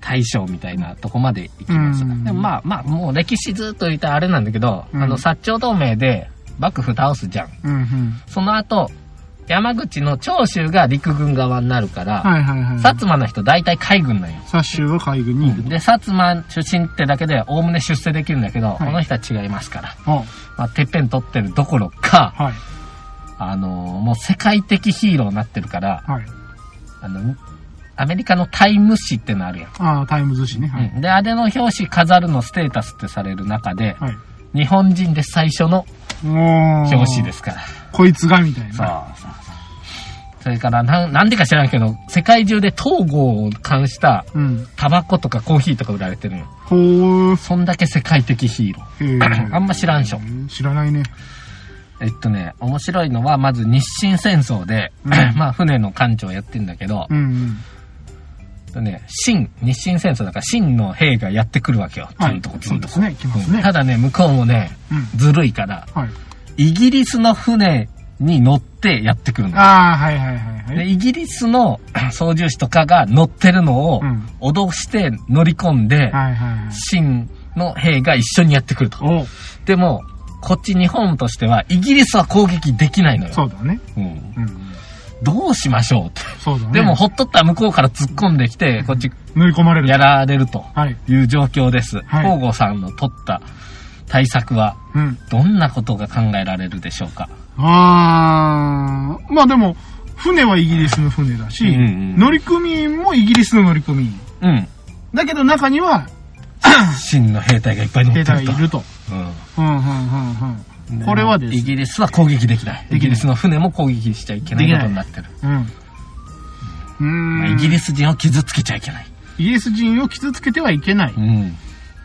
Speaker 1: 大将みたいなとこまで行きまし
Speaker 2: う
Speaker 1: た。
Speaker 2: ん
Speaker 1: でもまあまあ、もう歴史ずっと言ったらあれなんだけど、
Speaker 2: うん
Speaker 1: あの、薩長同盟で幕府倒すじゃん。
Speaker 2: うんうん。
Speaker 1: その後、山口の長州が陸軍側になるから、
Speaker 2: はいはいはい。
Speaker 1: 薩摩の人大体海軍なんよ。
Speaker 2: サッシュは海軍にいると。
Speaker 1: で、薩摩出身ってだけで、おおむね出世できるんだけど、こ
Speaker 2: い
Speaker 1: の人は違いますから。
Speaker 2: あ
Speaker 1: まあ、てっぺん取ってるどころか、
Speaker 2: はい。
Speaker 1: あのーもう世界的ヒーローになってるから、
Speaker 2: はい。
Speaker 1: あの、アメリカのタイム誌ってのあるやん。
Speaker 2: ああ、タイムズ紙ね。はい。
Speaker 1: うんで、あれの表紙飾るのステータスってされる中で、
Speaker 2: はい。
Speaker 1: 日本人で最初の
Speaker 2: おー
Speaker 1: 表紙ですから。
Speaker 2: こいつがみたい
Speaker 1: そう
Speaker 2: な。
Speaker 1: そうそうそれから、なん、なんでか知らんけど、世界中で統合を冠した
Speaker 2: うん。
Speaker 1: タバコとかコーヒーとか売られてるの。
Speaker 2: ほう。
Speaker 1: そんだけ世界的ヒーロー。
Speaker 2: えー
Speaker 1: あんま知らんでしょ。
Speaker 2: 知らないね。
Speaker 1: えっとね、面白いのは、まず日清戦争で、
Speaker 2: うん
Speaker 1: [COUGHS] まあ船の艦長やってんだけど
Speaker 2: う、んうん。
Speaker 1: えっとね、清、日清戦争だから清の兵がやってくるわけよ。ず
Speaker 2: は
Speaker 1: ん
Speaker 2: い
Speaker 1: とこ。ず
Speaker 2: そうん
Speaker 1: と
Speaker 2: で
Speaker 1: こ。
Speaker 2: すね。来ますね。
Speaker 1: ただね、向こうもね、
Speaker 2: うん。
Speaker 1: ずるいから、
Speaker 2: はい。
Speaker 1: イギリスの船に乗ってやってくるの。
Speaker 2: ああ、はいはいはいは
Speaker 1: で
Speaker 2: い。
Speaker 1: イギリスの [COUGHS] 操縦士とかが乗ってるのを
Speaker 2: うん
Speaker 1: 脅して乗り込んで、
Speaker 2: はいはいはい。
Speaker 1: 清の兵が一緒にやってくると。
Speaker 2: おう
Speaker 1: でも、こっち日本としては、イギリスは攻撃できないのよ。
Speaker 2: そうだね。
Speaker 1: うん
Speaker 2: うん。
Speaker 1: どうしましょうって。
Speaker 2: そうだね。
Speaker 1: でも、、ほっとったら向こうから突っ込んできて、こっち
Speaker 2: 塗り込まれる。
Speaker 1: やられると
Speaker 2: はい。
Speaker 1: いう状況です。
Speaker 2: はい
Speaker 1: 皇后さんの取った対策は、
Speaker 2: うん。
Speaker 1: どんなことが考えられるでしょうか。
Speaker 2: あー、まあでも、船はイギリスの船だし、
Speaker 1: うんうん
Speaker 2: 乗組員もイギリスの乗組員。
Speaker 1: うん。
Speaker 2: だけど中には
Speaker 1: 真の兵隊がいっぱい乗って
Speaker 2: 兵
Speaker 1: ると。
Speaker 2: 隊がいると。うん、うん、うん、
Speaker 1: う
Speaker 2: うんん。これはで
Speaker 1: イ
Speaker 2: す。
Speaker 1: ギリスは攻撃できない。
Speaker 2: ない
Speaker 1: イギリスの船も攻撃しちゃいけないことになってる。
Speaker 2: うん。うーん、
Speaker 1: まあイギリス人を傷つけちゃいけない。
Speaker 2: イギリス人を傷つけてはいけない。
Speaker 1: うん。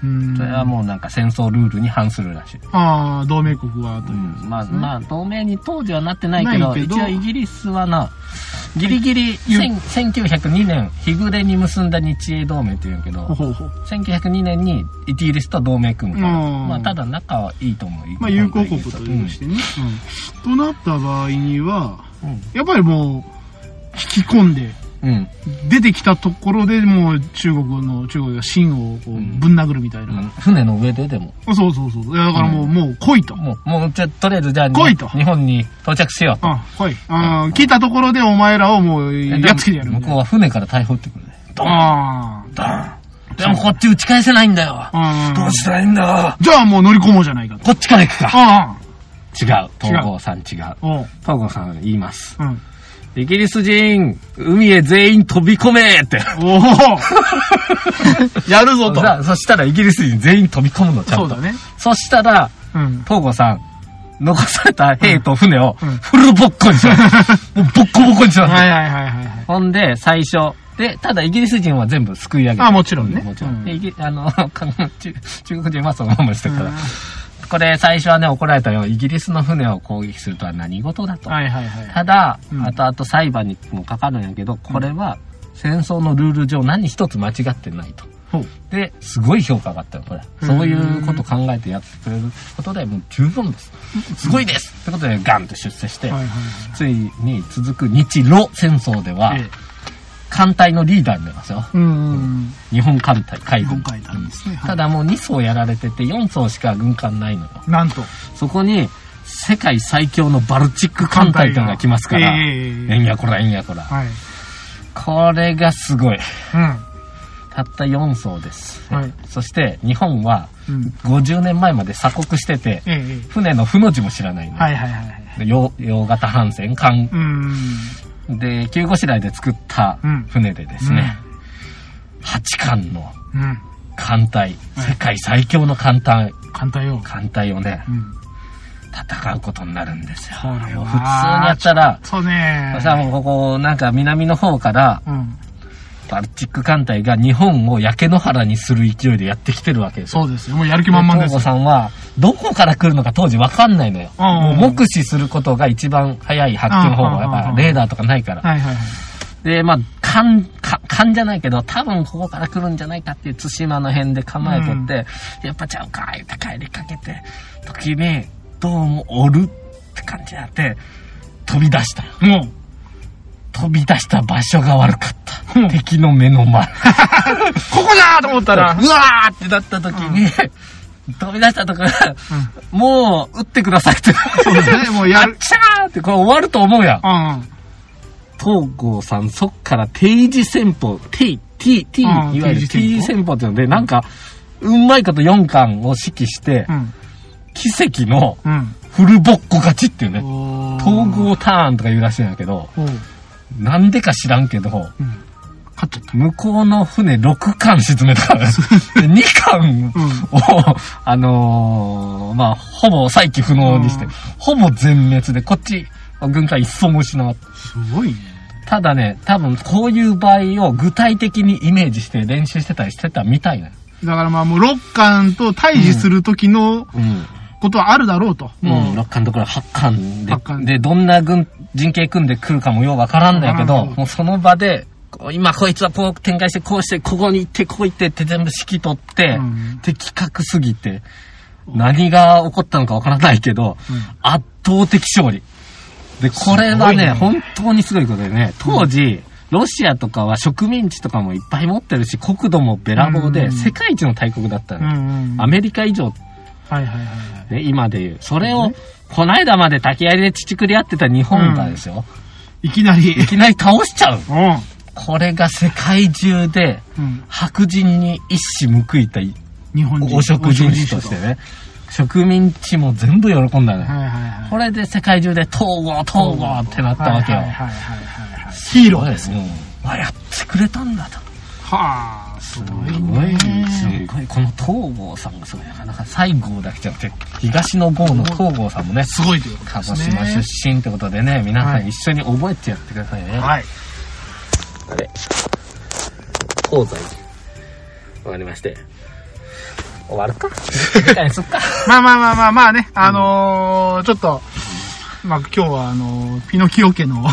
Speaker 2: うん。
Speaker 1: それはもうなんか戦争ルールに反するらしい。
Speaker 2: ああ、同盟国はと
Speaker 1: う
Speaker 2: いう。
Speaker 1: ん。まあまあ、同盟に当時はなってないけど、
Speaker 2: ないけど
Speaker 1: 一応イギリスはな、ギリギリ、
Speaker 2: ゆ
Speaker 1: 千1902年、日暮れに結んだ日英同盟って言うんやけど、
Speaker 2: ほうほう。
Speaker 1: 1902年にイギリスと同盟組むから、
Speaker 2: うん
Speaker 1: まあただ仲はいいと思う。
Speaker 2: まあ、友好国というしてね。うん。となった場合には、やっぱりもう、引き込んで、
Speaker 1: うん。うん。
Speaker 2: 出てきたところでもう中国の、中国が秦をこうぶん殴るみたい
Speaker 1: うん
Speaker 2: な。
Speaker 1: 船の上ででも。
Speaker 2: そうそうそう。いやだからもう、もう来いと。
Speaker 1: もう、もう、じゃあ、とりあえず、じゃあ、
Speaker 2: 来いと
Speaker 1: 日本に到着しようと。
Speaker 2: あ、来い。あー来たところでお前らをもう、やっつけてやる
Speaker 1: 向
Speaker 2: みた
Speaker 1: こ
Speaker 2: いうな。
Speaker 1: は船から逮捕ってくるね。ドン、
Speaker 2: あー
Speaker 1: ドン。でも、こっち打ち返せないんだよ。
Speaker 2: あ
Speaker 1: どう
Speaker 2: ー。
Speaker 1: したらいいんだ
Speaker 2: じゃあもう乗り込もうじゃないかと。
Speaker 1: こっちから行くか。
Speaker 2: あ
Speaker 1: 違う。東郷さん違う
Speaker 2: あ。。おう。
Speaker 1: 東郷さん言います。
Speaker 2: うん。
Speaker 1: イギリス人、海へ全員飛び込めって。
Speaker 2: おお [LAUGHS] やるぞと。
Speaker 1: さあそしたらイギリス人全員飛び込むの、ちゃん
Speaker 2: そ
Speaker 1: と。
Speaker 2: うだね。
Speaker 1: そしたら、
Speaker 2: うん。
Speaker 1: 東郷さん、残された兵と船を
Speaker 2: うん
Speaker 1: フルボッコにし
Speaker 2: [LAUGHS]
Speaker 1: ます。もうボッコボコにします。
Speaker 2: はいはいはいはいはい。
Speaker 1: ほんで、最初。で、ただイギリス人は全部救い上げた。
Speaker 2: あもちろんね
Speaker 1: うもちろ。
Speaker 2: うんん
Speaker 1: でイギあの、 [LAUGHS] 韓国中中国人はそのまましてるから
Speaker 2: うん。
Speaker 1: これ、最初はね、怒られたよ。イギリスの船を攻撃するとは何事だと。
Speaker 2: はいはいはい。
Speaker 1: ただ、
Speaker 2: うん
Speaker 1: 後々裁判にもかかるんやけど、これは戦争のルール上何一つ間違ってないと。
Speaker 2: ほう。
Speaker 1: で、すごい評価があったよ、これ。そういうこと考えてやってくれることでもう十分です。すごいですってことで、ガンと出世して、
Speaker 2: はいはい
Speaker 1: ついに続く日露戦争では
Speaker 2: はい。え、え
Speaker 1: 艦隊のリーダーになりますよ。
Speaker 2: うん。
Speaker 1: 日本艦隊、海
Speaker 2: 日本
Speaker 1: 軍。
Speaker 2: 海なんですね。はい
Speaker 1: ただもう2層やられてて4層しか軍艦ないのよ。
Speaker 2: なんと。
Speaker 1: そこに世界最強のバルチック艦隊というのが来ますから、
Speaker 2: ええええええ
Speaker 1: えんやこらえんやこら。
Speaker 2: はい。
Speaker 1: これがすごい。
Speaker 2: う
Speaker 1: たった4層です。
Speaker 2: ん。はい。
Speaker 1: そして日本は
Speaker 2: うん。
Speaker 1: 50年前まで鎖国してて、
Speaker 2: えええ
Speaker 1: 船の負の字も知らないの
Speaker 2: え。
Speaker 1: よ。
Speaker 2: はいはいはいはい。
Speaker 1: で洋洋型帆船、艦
Speaker 2: う、ん。
Speaker 1: で、急ごしらえで作った船でですね、8艦の
Speaker 2: うん。
Speaker 1: 艦隊、
Speaker 2: はい
Speaker 1: 世界最強の艦隊、
Speaker 2: 簡単よ。
Speaker 1: 艦隊をね
Speaker 2: う、ん。
Speaker 1: 戦うことになるんですよ。
Speaker 2: これは
Speaker 1: 普通にやったら、
Speaker 2: そうね
Speaker 1: そしたらもうここ、なんか南の方から、
Speaker 2: うん。
Speaker 1: バルチック艦隊が日本を焼け野原にする勢いでやってきてるわけですよ。
Speaker 2: そうですよ。もうやる気
Speaker 1: で
Speaker 2: 満々で
Speaker 1: 東
Speaker 2: す
Speaker 1: 郷
Speaker 2: よ。
Speaker 1: さんは、どこから来るのか当時わかんないのよ。
Speaker 2: うんうん
Speaker 1: も
Speaker 2: う
Speaker 1: うん目視することが一番早い発見方法は、や
Speaker 2: うんうんうんうん
Speaker 1: っぱレーダーとかないから。
Speaker 2: はいはいはい。
Speaker 1: で、まあ、勘、か勘じゃないけど、多分ここから来るんじゃないかっていう対馬の辺で構えとって、やっぱちゃうか、言って帰りかけて、時に、どうもおるって感じになって、飛び出したよ。
Speaker 2: もう。
Speaker 1: 飛び出した場所が悪かった。
Speaker 2: うん
Speaker 1: 敵の目の前。
Speaker 2: ここだーと思った
Speaker 1: う
Speaker 2: [LAUGHS]
Speaker 1: わ
Speaker 2: ら、
Speaker 1: ーってなった時に、飛び出したところ、もう、撃ってくださいって。
Speaker 2: そうですね、もうやる。
Speaker 1: チャーってこれ終わると思うやん
Speaker 2: う。ん。
Speaker 1: 東郷さん、そっから定時戦法、T、T、T、い
Speaker 2: あ
Speaker 1: わ
Speaker 2: ー
Speaker 1: ゆる
Speaker 2: T
Speaker 1: T 戦法っていうので、なんか、うまいこと4巻を指揮して
Speaker 2: う、ん。
Speaker 1: 奇跡の
Speaker 2: うん。
Speaker 1: フルボッコ勝ちっていうね、
Speaker 2: おー
Speaker 1: 東郷ターンとか言うらしいんだけど、
Speaker 2: おう
Speaker 1: なんでか知らんけど、
Speaker 2: うん。勝っちゃった。
Speaker 1: 向こうの船6巻沈めたからね。2巻を、あのーまあ、ほぼ再起不能にして
Speaker 2: うん、
Speaker 1: ほぼ全滅で、こっち、軍艦一層も失わった。
Speaker 2: すごいね。
Speaker 1: ただね、多分こういう場合を具体的にイメージして練習してたりしてたみたいな。
Speaker 2: だからまあもう六巻と対峙する時の
Speaker 1: うん。
Speaker 2: ことはあるだろうと。
Speaker 1: もう6巻どころ8巻で
Speaker 2: 八巻
Speaker 1: で、どんな軍、陣形組んでくるかもようわからんだけ
Speaker 2: わ
Speaker 1: ど、
Speaker 2: からん
Speaker 1: もうその場で、こう今こいつはこう展開して、こうして、ここに行って、こう行ってって全部指揮取って、
Speaker 2: うん
Speaker 1: 的確すぎて、何が起こったのかわからないけど、
Speaker 2: うん
Speaker 1: 圧倒的勝利。で、これは
Speaker 2: すごい
Speaker 1: ね、
Speaker 2: ね
Speaker 1: 本当にすごいことでね、当時、ロシアとかは植民地とかもいっぱい持ってるし、国土もべらぼう
Speaker 2: うん
Speaker 1: で、世界一の大国だった
Speaker 2: うん
Speaker 1: の。
Speaker 2: うん。
Speaker 1: アメリカ以上、
Speaker 2: はいはいはいはい。
Speaker 1: ね、今で言う。それを、こないだまで竹槍で乳くり合ってた日本がですよ。
Speaker 2: いきなり。
Speaker 1: いきなり倒しちゃう。
Speaker 2: うん。
Speaker 1: これが世界中で、
Speaker 2: うん。
Speaker 1: 白人に一矢報いた
Speaker 2: 日本人。
Speaker 1: 汚職人種としてね。植民地も全部喜んだね。
Speaker 2: はいはいはい。
Speaker 1: これで世界中で統合統合ってなったわけよ
Speaker 2: はい。はいはいはいはい。ヒーローです。
Speaker 1: すね。あ、やってくれたんだと。
Speaker 2: はあ、すご
Speaker 1: す
Speaker 2: い
Speaker 1: ごい、す
Speaker 2: ね。
Speaker 1: ごい。この東郷さんがすごい。なかなか西郷だけじゃなくて、東の郷の東郷さんもね、
Speaker 2: すごいということ
Speaker 1: 鹿
Speaker 2: です
Speaker 1: 児
Speaker 2: ね。
Speaker 1: 島出身ってことでね、皆さ
Speaker 2: はい
Speaker 1: ん一緒に覚えてやってくださいね。
Speaker 2: はい。
Speaker 1: あれ東西。わかりまして。終わるかみたいにすっか。
Speaker 2: まあまあまあまあまあね、あのー、ちょっと、まあ今日はあのー、ピノキオ家の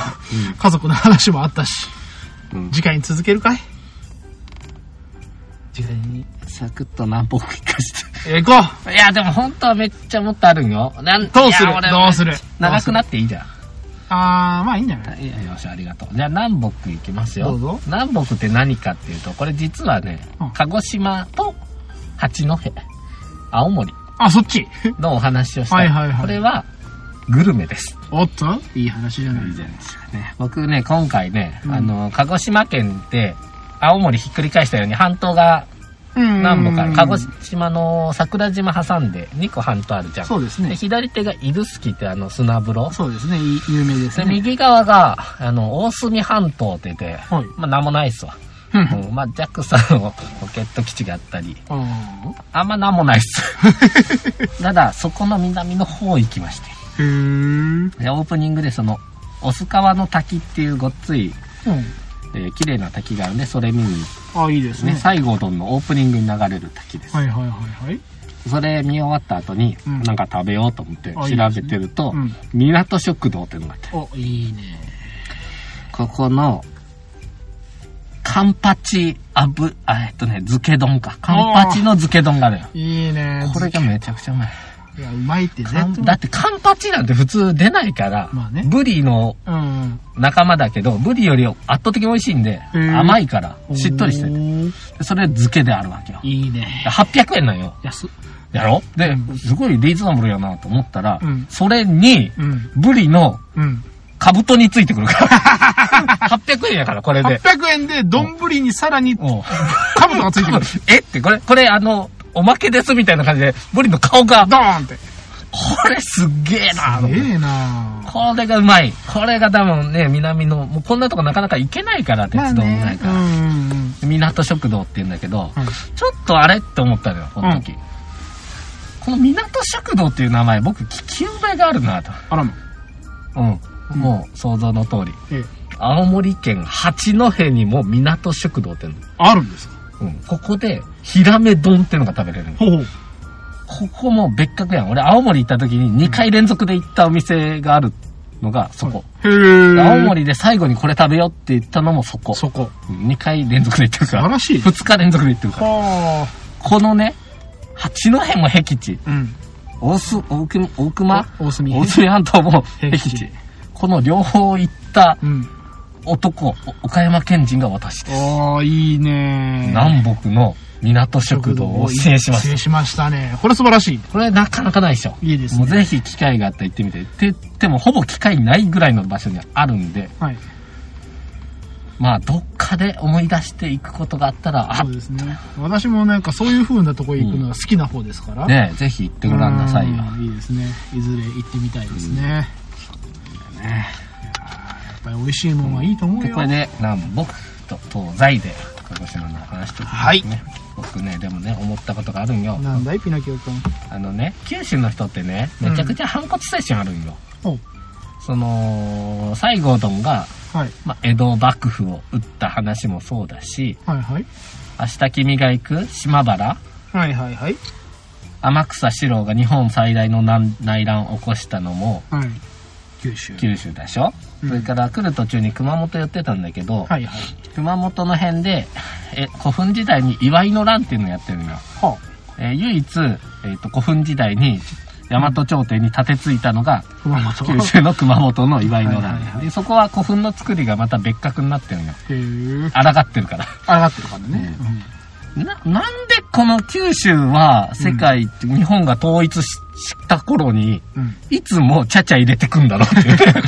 Speaker 2: 家族の話もあったし、
Speaker 1: うん
Speaker 2: 次回に続けるかい
Speaker 1: 次回にサクッと何本か聞かせて。
Speaker 2: えー、行こう
Speaker 1: いや、でも本当はめっちゃもっとあるんよ。なん
Speaker 2: どうする
Speaker 1: いや俺
Speaker 2: どうする
Speaker 1: 長くなっていいじゃん。
Speaker 2: あー、まあいいんじゃない
Speaker 1: いやよし、ありがとう。じゃあ南北行きますよ。
Speaker 2: どうぞ
Speaker 1: 南北って何かっていうと、これ実はね、
Speaker 2: うん
Speaker 1: 鹿児島と八戸、青森
Speaker 2: あ、そっち
Speaker 1: のお話をした。
Speaker 2: はいはいはい
Speaker 1: これは、グルメです。
Speaker 2: おっといい話じゃない。
Speaker 1: じゃないですかね。僕ね、今回ね、
Speaker 2: うん
Speaker 1: あの、鹿児島県って、青森ひっくり返したように半島が
Speaker 2: うん
Speaker 1: 南北ある。鹿児島の桜島挟んで2個半島あるじゃん。
Speaker 2: そうです
Speaker 1: で
Speaker 2: ね。
Speaker 1: 左手が指宿ってあの砂風呂。
Speaker 2: そうですね。い有名です
Speaker 1: で、
Speaker 2: ね。
Speaker 1: 右側が、あの、大隅半島って言って、
Speaker 2: はい
Speaker 1: まあ、なんもないっすわ。
Speaker 2: うん
Speaker 1: うん、まあ、JAXA のロケット基地があったり、
Speaker 2: あ
Speaker 1: あんまなんもないっす。
Speaker 2: [LAUGHS]
Speaker 1: ただ、そこの南の方行きまして。
Speaker 2: ー。へー。
Speaker 1: で、オープニングでその、オス川の滝っていうごっつい、
Speaker 2: うん。
Speaker 1: えー綺麗な滝があるんで、それ見に行っ
Speaker 2: あ、いいです
Speaker 1: てね、
Speaker 2: ね。
Speaker 1: 西郷どんのオープニングに流れる滝です。
Speaker 2: はいはいはいはい。
Speaker 1: それ見終わった後に、
Speaker 2: うん
Speaker 1: なんか食べようと思って
Speaker 2: あいいです
Speaker 1: 調べ
Speaker 2: ね
Speaker 1: てると、
Speaker 2: うん
Speaker 1: 港食堂っていうのがあって、
Speaker 2: お、いいね。
Speaker 1: ここの、カンパチ、あぶ、あ、えっとね、漬け丼か。カンパチの漬け丼があるよ。
Speaker 2: いいね。
Speaker 1: これがめちゃくちゃうまい。
Speaker 2: いや、うまいって絶
Speaker 1: カン
Speaker 2: 対。
Speaker 1: だってカンパチなんて普通出ないから、
Speaker 2: まあね
Speaker 1: ブリの
Speaker 2: うん。
Speaker 1: 仲間だけど、ブリより圧倒的に美味しいんで、
Speaker 2: ー
Speaker 1: 甘いから、しっとりしてて。
Speaker 2: て
Speaker 1: でそれ漬けであるわけよ。
Speaker 2: いいね。
Speaker 1: 800円なんよ。
Speaker 2: 安っ。
Speaker 1: やろで、すごいリーズナブルやなと思ったら、
Speaker 2: うん
Speaker 1: それに、
Speaker 2: うん。
Speaker 1: ブリの
Speaker 2: うん。
Speaker 1: カブトについてくる
Speaker 2: [LAUGHS]
Speaker 1: から。800円やから、これで。
Speaker 2: 800円で、丼にさらに、
Speaker 1: うん
Speaker 2: カブトがついてくる。
Speaker 1: [LAUGHS] えって、これ、これあの、おまけですみたいな感じで、ブリの顔が、
Speaker 2: ドーンって。
Speaker 1: これすっげえなと思って
Speaker 2: ええなぁ
Speaker 1: これがうまい。これが多分ね、南の、もうこんなとこなかなか行けないから、鉄道もないから。
Speaker 2: うんうん
Speaker 1: 港食堂って言うんだけど、
Speaker 2: うん
Speaker 1: ちょっとあれって思ったのよ、この時。この港食堂っていう名前、僕、聞き覚えがあるなと。
Speaker 2: あらま。
Speaker 1: うん。もう、想像の通り。
Speaker 2: ええ。
Speaker 1: 青森県八戸にも港食堂っての。
Speaker 2: あるんですか
Speaker 1: うん。ここで、ヒラメ丼ってのが食べれるの。
Speaker 2: ほうほ
Speaker 1: こ
Speaker 2: う。
Speaker 1: こも別格やん。俺、青森行った時に2回連続で行ったお店があるのが、そこ。
Speaker 2: へぇ
Speaker 1: 青森で最後にこれ食べようって言ったのもそこ。
Speaker 2: そこ。
Speaker 1: 2回連続で行ってる
Speaker 2: 素
Speaker 1: か
Speaker 2: 晴
Speaker 1: ら。
Speaker 2: らしい。
Speaker 1: 2日連続で行ってるから。
Speaker 2: は
Speaker 1: このね、八戸も僻地。
Speaker 2: ぁ。うん。
Speaker 1: 大す、大熊、大熊
Speaker 2: お大隅
Speaker 1: 大隅半島も僻
Speaker 2: 僻
Speaker 1: 地
Speaker 2: 地。
Speaker 1: この両方行った
Speaker 2: うん。
Speaker 1: 男、お岡山県人が私です。
Speaker 2: ああ、いいね
Speaker 1: 南北の港食堂を指定しま
Speaker 2: 失礼
Speaker 1: す。
Speaker 2: しましたね。これ素晴らしい。
Speaker 1: これなかなかないでしょ。
Speaker 2: いいですね
Speaker 1: もうぜひ機会があったら行ってみて。って言ってもほぼ機会ないぐらいの場所にあるんで、
Speaker 2: はい。
Speaker 1: まあどっかで思い出していくことがあったら、
Speaker 2: そうですね。私もなんかそういう風なとこへ行くのは好きな方ですから。
Speaker 1: あ、ねえぜひ行って
Speaker 2: う
Speaker 1: ご
Speaker 2: ん。
Speaker 1: らんなさいよ。
Speaker 2: いいですね。いずれ行ってみたいですね。やっ
Speaker 1: ね
Speaker 2: ぱり美味しいものはいいと思う
Speaker 1: で
Speaker 2: よ。
Speaker 1: これで南北と東西で鹿児島の話と
Speaker 2: はい
Speaker 1: ね僕ねでもね思ったことがあるんよ
Speaker 2: なんだい、ピノキオ君。
Speaker 1: あのね九州の人ってねめちゃくちゃ反骨精神あるんよ、
Speaker 2: お
Speaker 1: その西郷どんが、
Speaker 2: はい。
Speaker 1: まあ、江戸幕府を撃った話もそうだし
Speaker 2: はいはい。
Speaker 1: 「明日君が行く島原」
Speaker 2: はいはいはい。
Speaker 1: 天草四郎が日本最大の内内乱を起こしたのも
Speaker 2: はい。九州。
Speaker 1: 九州でしょ、
Speaker 2: うん
Speaker 1: それから来る途中に熊本寄ってたんだけど、
Speaker 2: はいはい。
Speaker 1: 熊本の辺でえ古墳時代に祝いの乱っていうのをやってるのよ、
Speaker 2: は
Speaker 1: えー唯一、えー、と古墳時代に大和朝廷に立てついたのが、
Speaker 2: 熊本
Speaker 1: 九州の熊本の岩井の
Speaker 2: はい
Speaker 1: 乱
Speaker 2: はいは
Speaker 1: で、そこは古墳の作りがまた別格になってるのよ。
Speaker 2: っていう、
Speaker 1: 抗ってるから。
Speaker 2: 上がってるからね。
Speaker 1: な、なんでこの九州は世界、日本が統一しした頃に、
Speaker 2: うん。うん
Speaker 1: いつもちゃちゃ入れてくんだろうって
Speaker 2: [LAUGHS]
Speaker 1: いうね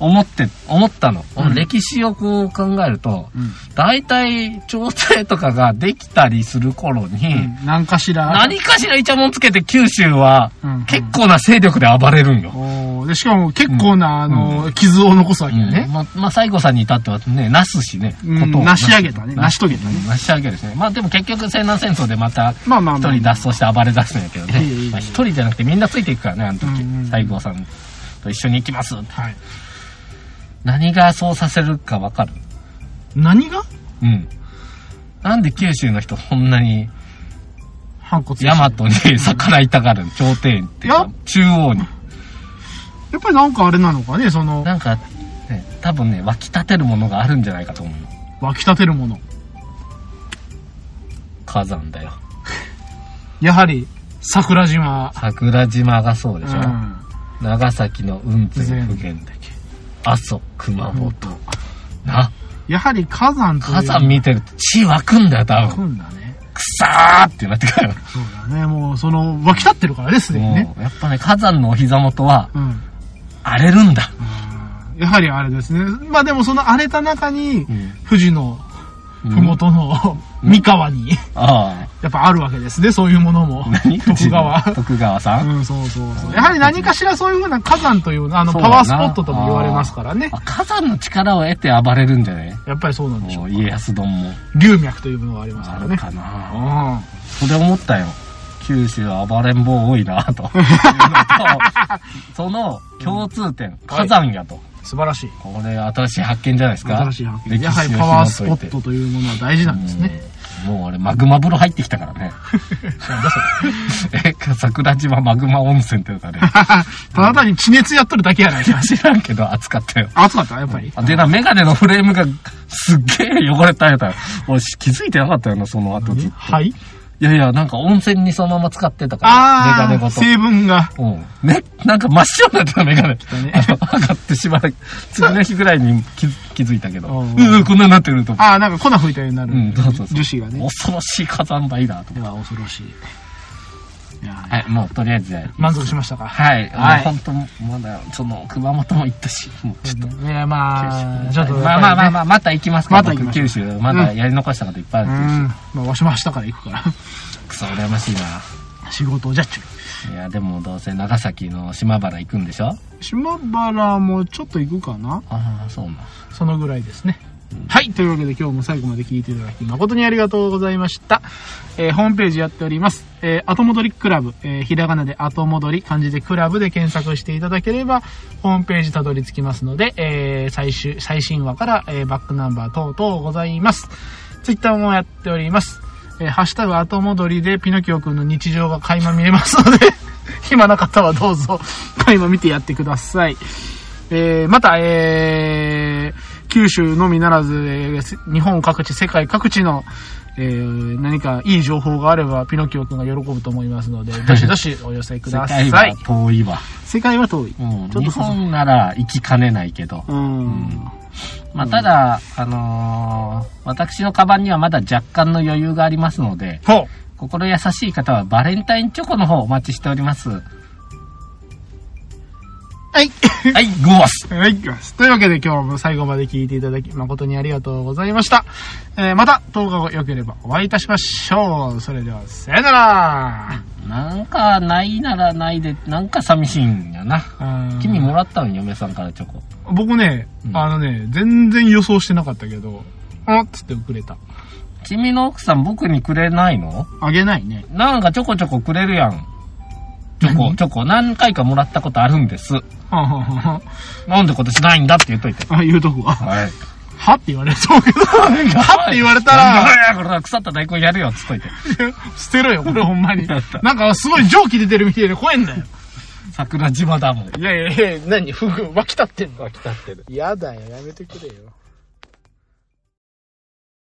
Speaker 1: 思って、思ったの。
Speaker 2: うん
Speaker 1: 歴史をこう考えると、
Speaker 2: うん
Speaker 1: 大体朝廷とかができたりする頃に、
Speaker 2: うん。何かしら。
Speaker 1: 何かしらイチャモンつけて九州は
Speaker 2: うん
Speaker 1: 結構な勢力で暴れるんよ。
Speaker 2: おーで、しかも結構な、あの、傷を残すわけよ
Speaker 1: うん
Speaker 2: ね。
Speaker 1: ままあ、西郷さんに至ってはね、なすしね、
Speaker 2: うん
Speaker 1: ことを
Speaker 2: 成し上げたね成し遂げたね
Speaker 1: うん成し上げですね。まあでも結局西南戦争でまた、
Speaker 2: まあまあ
Speaker 1: 一
Speaker 2: まあ。
Speaker 1: 人脱走して暴れ出すんやけどね
Speaker 2: いえいえいえ。
Speaker 1: まあ一人じゃなくてみんなついていくからね、あの時
Speaker 2: うんうん。
Speaker 1: 西郷さんと一緒に行きます。
Speaker 2: はい。
Speaker 1: 何がそうさせるかわかる
Speaker 2: 何が
Speaker 1: うん。なんで九州の人そんなに、
Speaker 2: 反骨
Speaker 1: 大和に逆らいたがる朝廷っていう
Speaker 2: いや
Speaker 1: か、中央に。
Speaker 2: やっぱりなんかあれなのかね、その、
Speaker 1: なんか、ね、多分ね、湧き立てるものがあるんじゃないかと思うの。
Speaker 2: 湧き立てるもの。
Speaker 1: 火山だよ。
Speaker 2: やはり、桜島。
Speaker 1: 桜島がそうでしょ、
Speaker 2: うん
Speaker 1: 長崎の雲仙普賢岳阿蘇熊本、な
Speaker 2: やはり火山という
Speaker 1: 火山見てると血湧くんだよ多
Speaker 2: 来る
Speaker 1: 分
Speaker 2: んだね。
Speaker 1: くさーってなってくるよ
Speaker 2: そうだね。もう、その、湧き立ってるからね、すでにね。
Speaker 1: もうやっぱね火山のお膝元は
Speaker 2: うん。
Speaker 1: 荒れるんだ、
Speaker 2: やはりあれですね。まあでもその荒れた中に、
Speaker 1: ん
Speaker 2: 富士の、ふもとの、三河に、
Speaker 1: ああ
Speaker 2: やっぱあるわけですね、そういうものも。徳川。
Speaker 1: 徳川さん、
Speaker 2: うん、そうそうそう。やはり何かしらそういうふうな火山という、あの、パワースポットとも言われますからね
Speaker 1: あ。火山の力を得て暴れるんじゃね
Speaker 2: やっぱりそうなんでしょ
Speaker 1: も
Speaker 2: う
Speaker 1: う。家康丼も
Speaker 2: 龍脈というものがありますか
Speaker 1: あ
Speaker 2: ら
Speaker 1: る
Speaker 2: ね。
Speaker 1: かな、
Speaker 2: うん。
Speaker 1: それ思ったよ。九州は暴れん坊多いな
Speaker 2: [LAUGHS]
Speaker 1: と。 [LAUGHS] いうのとその共通点、火山やと。
Speaker 2: 素晴らしい。
Speaker 1: これ新しい発見じゃないですか。
Speaker 2: 新しい発見。
Speaker 1: 歴
Speaker 2: やは
Speaker 1: 史
Speaker 2: り
Speaker 1: の
Speaker 2: パワース
Speaker 1: 紐解
Speaker 2: ポ
Speaker 1: い
Speaker 2: ッ
Speaker 1: て
Speaker 2: トというものは大事なんですね。
Speaker 1: うんもう俺マグマ風呂入ってきたから
Speaker 2: [LAUGHS]
Speaker 1: ね。 [LAUGHS] え、桜島マグマ温泉っていう
Speaker 2: [LAUGHS]
Speaker 1: かね。
Speaker 2: ただ単に地熱やっとるだけやないか。
Speaker 1: 知らんけど暑かったよ。
Speaker 2: 暑かった、やっぱり。
Speaker 1: でな、メガネのフレームがすっげえ汚れたんやったら。俺気づいてなかったよな、その後ずっと。
Speaker 2: はい。
Speaker 1: いやいや、なんか温泉にそのまま使ってたから。メガ
Speaker 2: あ
Speaker 1: ネ
Speaker 2: あ、
Speaker 1: ごと。
Speaker 2: 成分が。
Speaker 1: うん。ね、なんか真っ白になってたメガネ。
Speaker 2: ね
Speaker 1: あの上がってしばらく、次の日ぐらいに気気づいたけど、う
Speaker 2: うん
Speaker 1: ん、こんなになってると思
Speaker 2: ああ、なんか粉吹いたようになる。
Speaker 1: う。うん、そうそうそう。
Speaker 2: 樹脂がね。
Speaker 1: 恐ろしい火山灰だと思
Speaker 2: では恐ろしい。いや
Speaker 1: う。
Speaker 2: ー
Speaker 1: はい、もうとりあえずじゃあ
Speaker 2: 満足しましたか
Speaker 1: はい、
Speaker 2: はい
Speaker 1: もう本当まだ、その、熊本も行ったし、もうちょっと。
Speaker 2: いや、まあ、ちょっと、
Speaker 1: まあまあまあまあ、また行きますから、
Speaker 2: また行き
Speaker 1: 僕
Speaker 2: ましょ
Speaker 1: 九州、まだやり残したこといっぱいある
Speaker 2: あ
Speaker 1: ん
Speaker 2: うん。まあ、わしも明日から行 [LAUGHS] くか
Speaker 1: で、くそ羨ましいな。
Speaker 2: ら。仕事じゃっちゅ
Speaker 1: いや、でもどうせ長崎の島原行くんでしょ
Speaker 2: う。島原もちょっと行くかな
Speaker 1: ああ、そうなん。
Speaker 2: そのぐらいですね。はい。というわけで今日も最後まで聞いていただき誠にありがとうございました。えーホームページやっております。えー後戻りクラブ、えーひらがなで後戻り、漢字でクラブで検索していただければ、ホームページたどり着きますので、えー最終、最新話から、えーバックナンバー等々ございます。ツイッターもやっております。えーハッシュタグ後戻りでピノキオくんの日常が垣間見えますので、 [LAUGHS] 暇な方はどうぞ、垣間見てやってください。えーまた、えー九州のみならず、えーせ日本各地、世界各地の、えー何かいい情報があれば、ピノキオくんが喜ぶと思います [LAUGHS] ので、どしどしお寄せく
Speaker 1: 世
Speaker 2: ださい。
Speaker 1: 界は遠いわ。
Speaker 2: 世界は遠い。
Speaker 1: うん、
Speaker 2: ちょっ
Speaker 1: 日
Speaker 2: とそうそう
Speaker 1: 本なら行きかねないけど。
Speaker 2: うん。
Speaker 1: まあ、ただ、あのー私のカバンにはまだ若干の余裕がありますので、
Speaker 2: ほう。
Speaker 1: 心優しい方はバレンタインチョコの方お待ちしております。は
Speaker 2: はい。
Speaker 1: い、ゴース
Speaker 2: はい、行きます。というわけで今日も最後まで聞いていただき誠にありがとうございました。えーまた10日後良ければお会いいたしましょう。それでは、さよなら
Speaker 1: なんか、ないならないで、なんか寂しいんやな。
Speaker 2: うん
Speaker 1: 君もらったのに嫁さんからチョコ。
Speaker 2: 僕ね、
Speaker 1: うん
Speaker 2: あのね、全然予想してなかったけど、あっつってくれた。
Speaker 1: 君の奥さん僕にくれないの
Speaker 2: あげないね。
Speaker 1: なんかちょこちょこくれるやん。チョコ、
Speaker 2: 何
Speaker 1: チョコ何回かもらったことあるんです。
Speaker 2: はんはんはんはん
Speaker 1: なんで今年ないんだって言っといて。
Speaker 2: あ、言うとこは。
Speaker 1: はい。
Speaker 2: はって言われそうけど、 [LAUGHS] はって言われた
Speaker 1: なん
Speaker 2: ら、
Speaker 1: だよこれは腐った大根やるよっつっといて。
Speaker 2: 捨てろよ、これほん [LAUGHS] まに。なんかすごい蒸気出てるみたいで怖いんだよ。
Speaker 1: 桜島だもん。
Speaker 2: いやいやいや、何、ふぐ、湧き立ってんの
Speaker 1: 湧き立ってる。
Speaker 2: やだよ、やめてくれよ。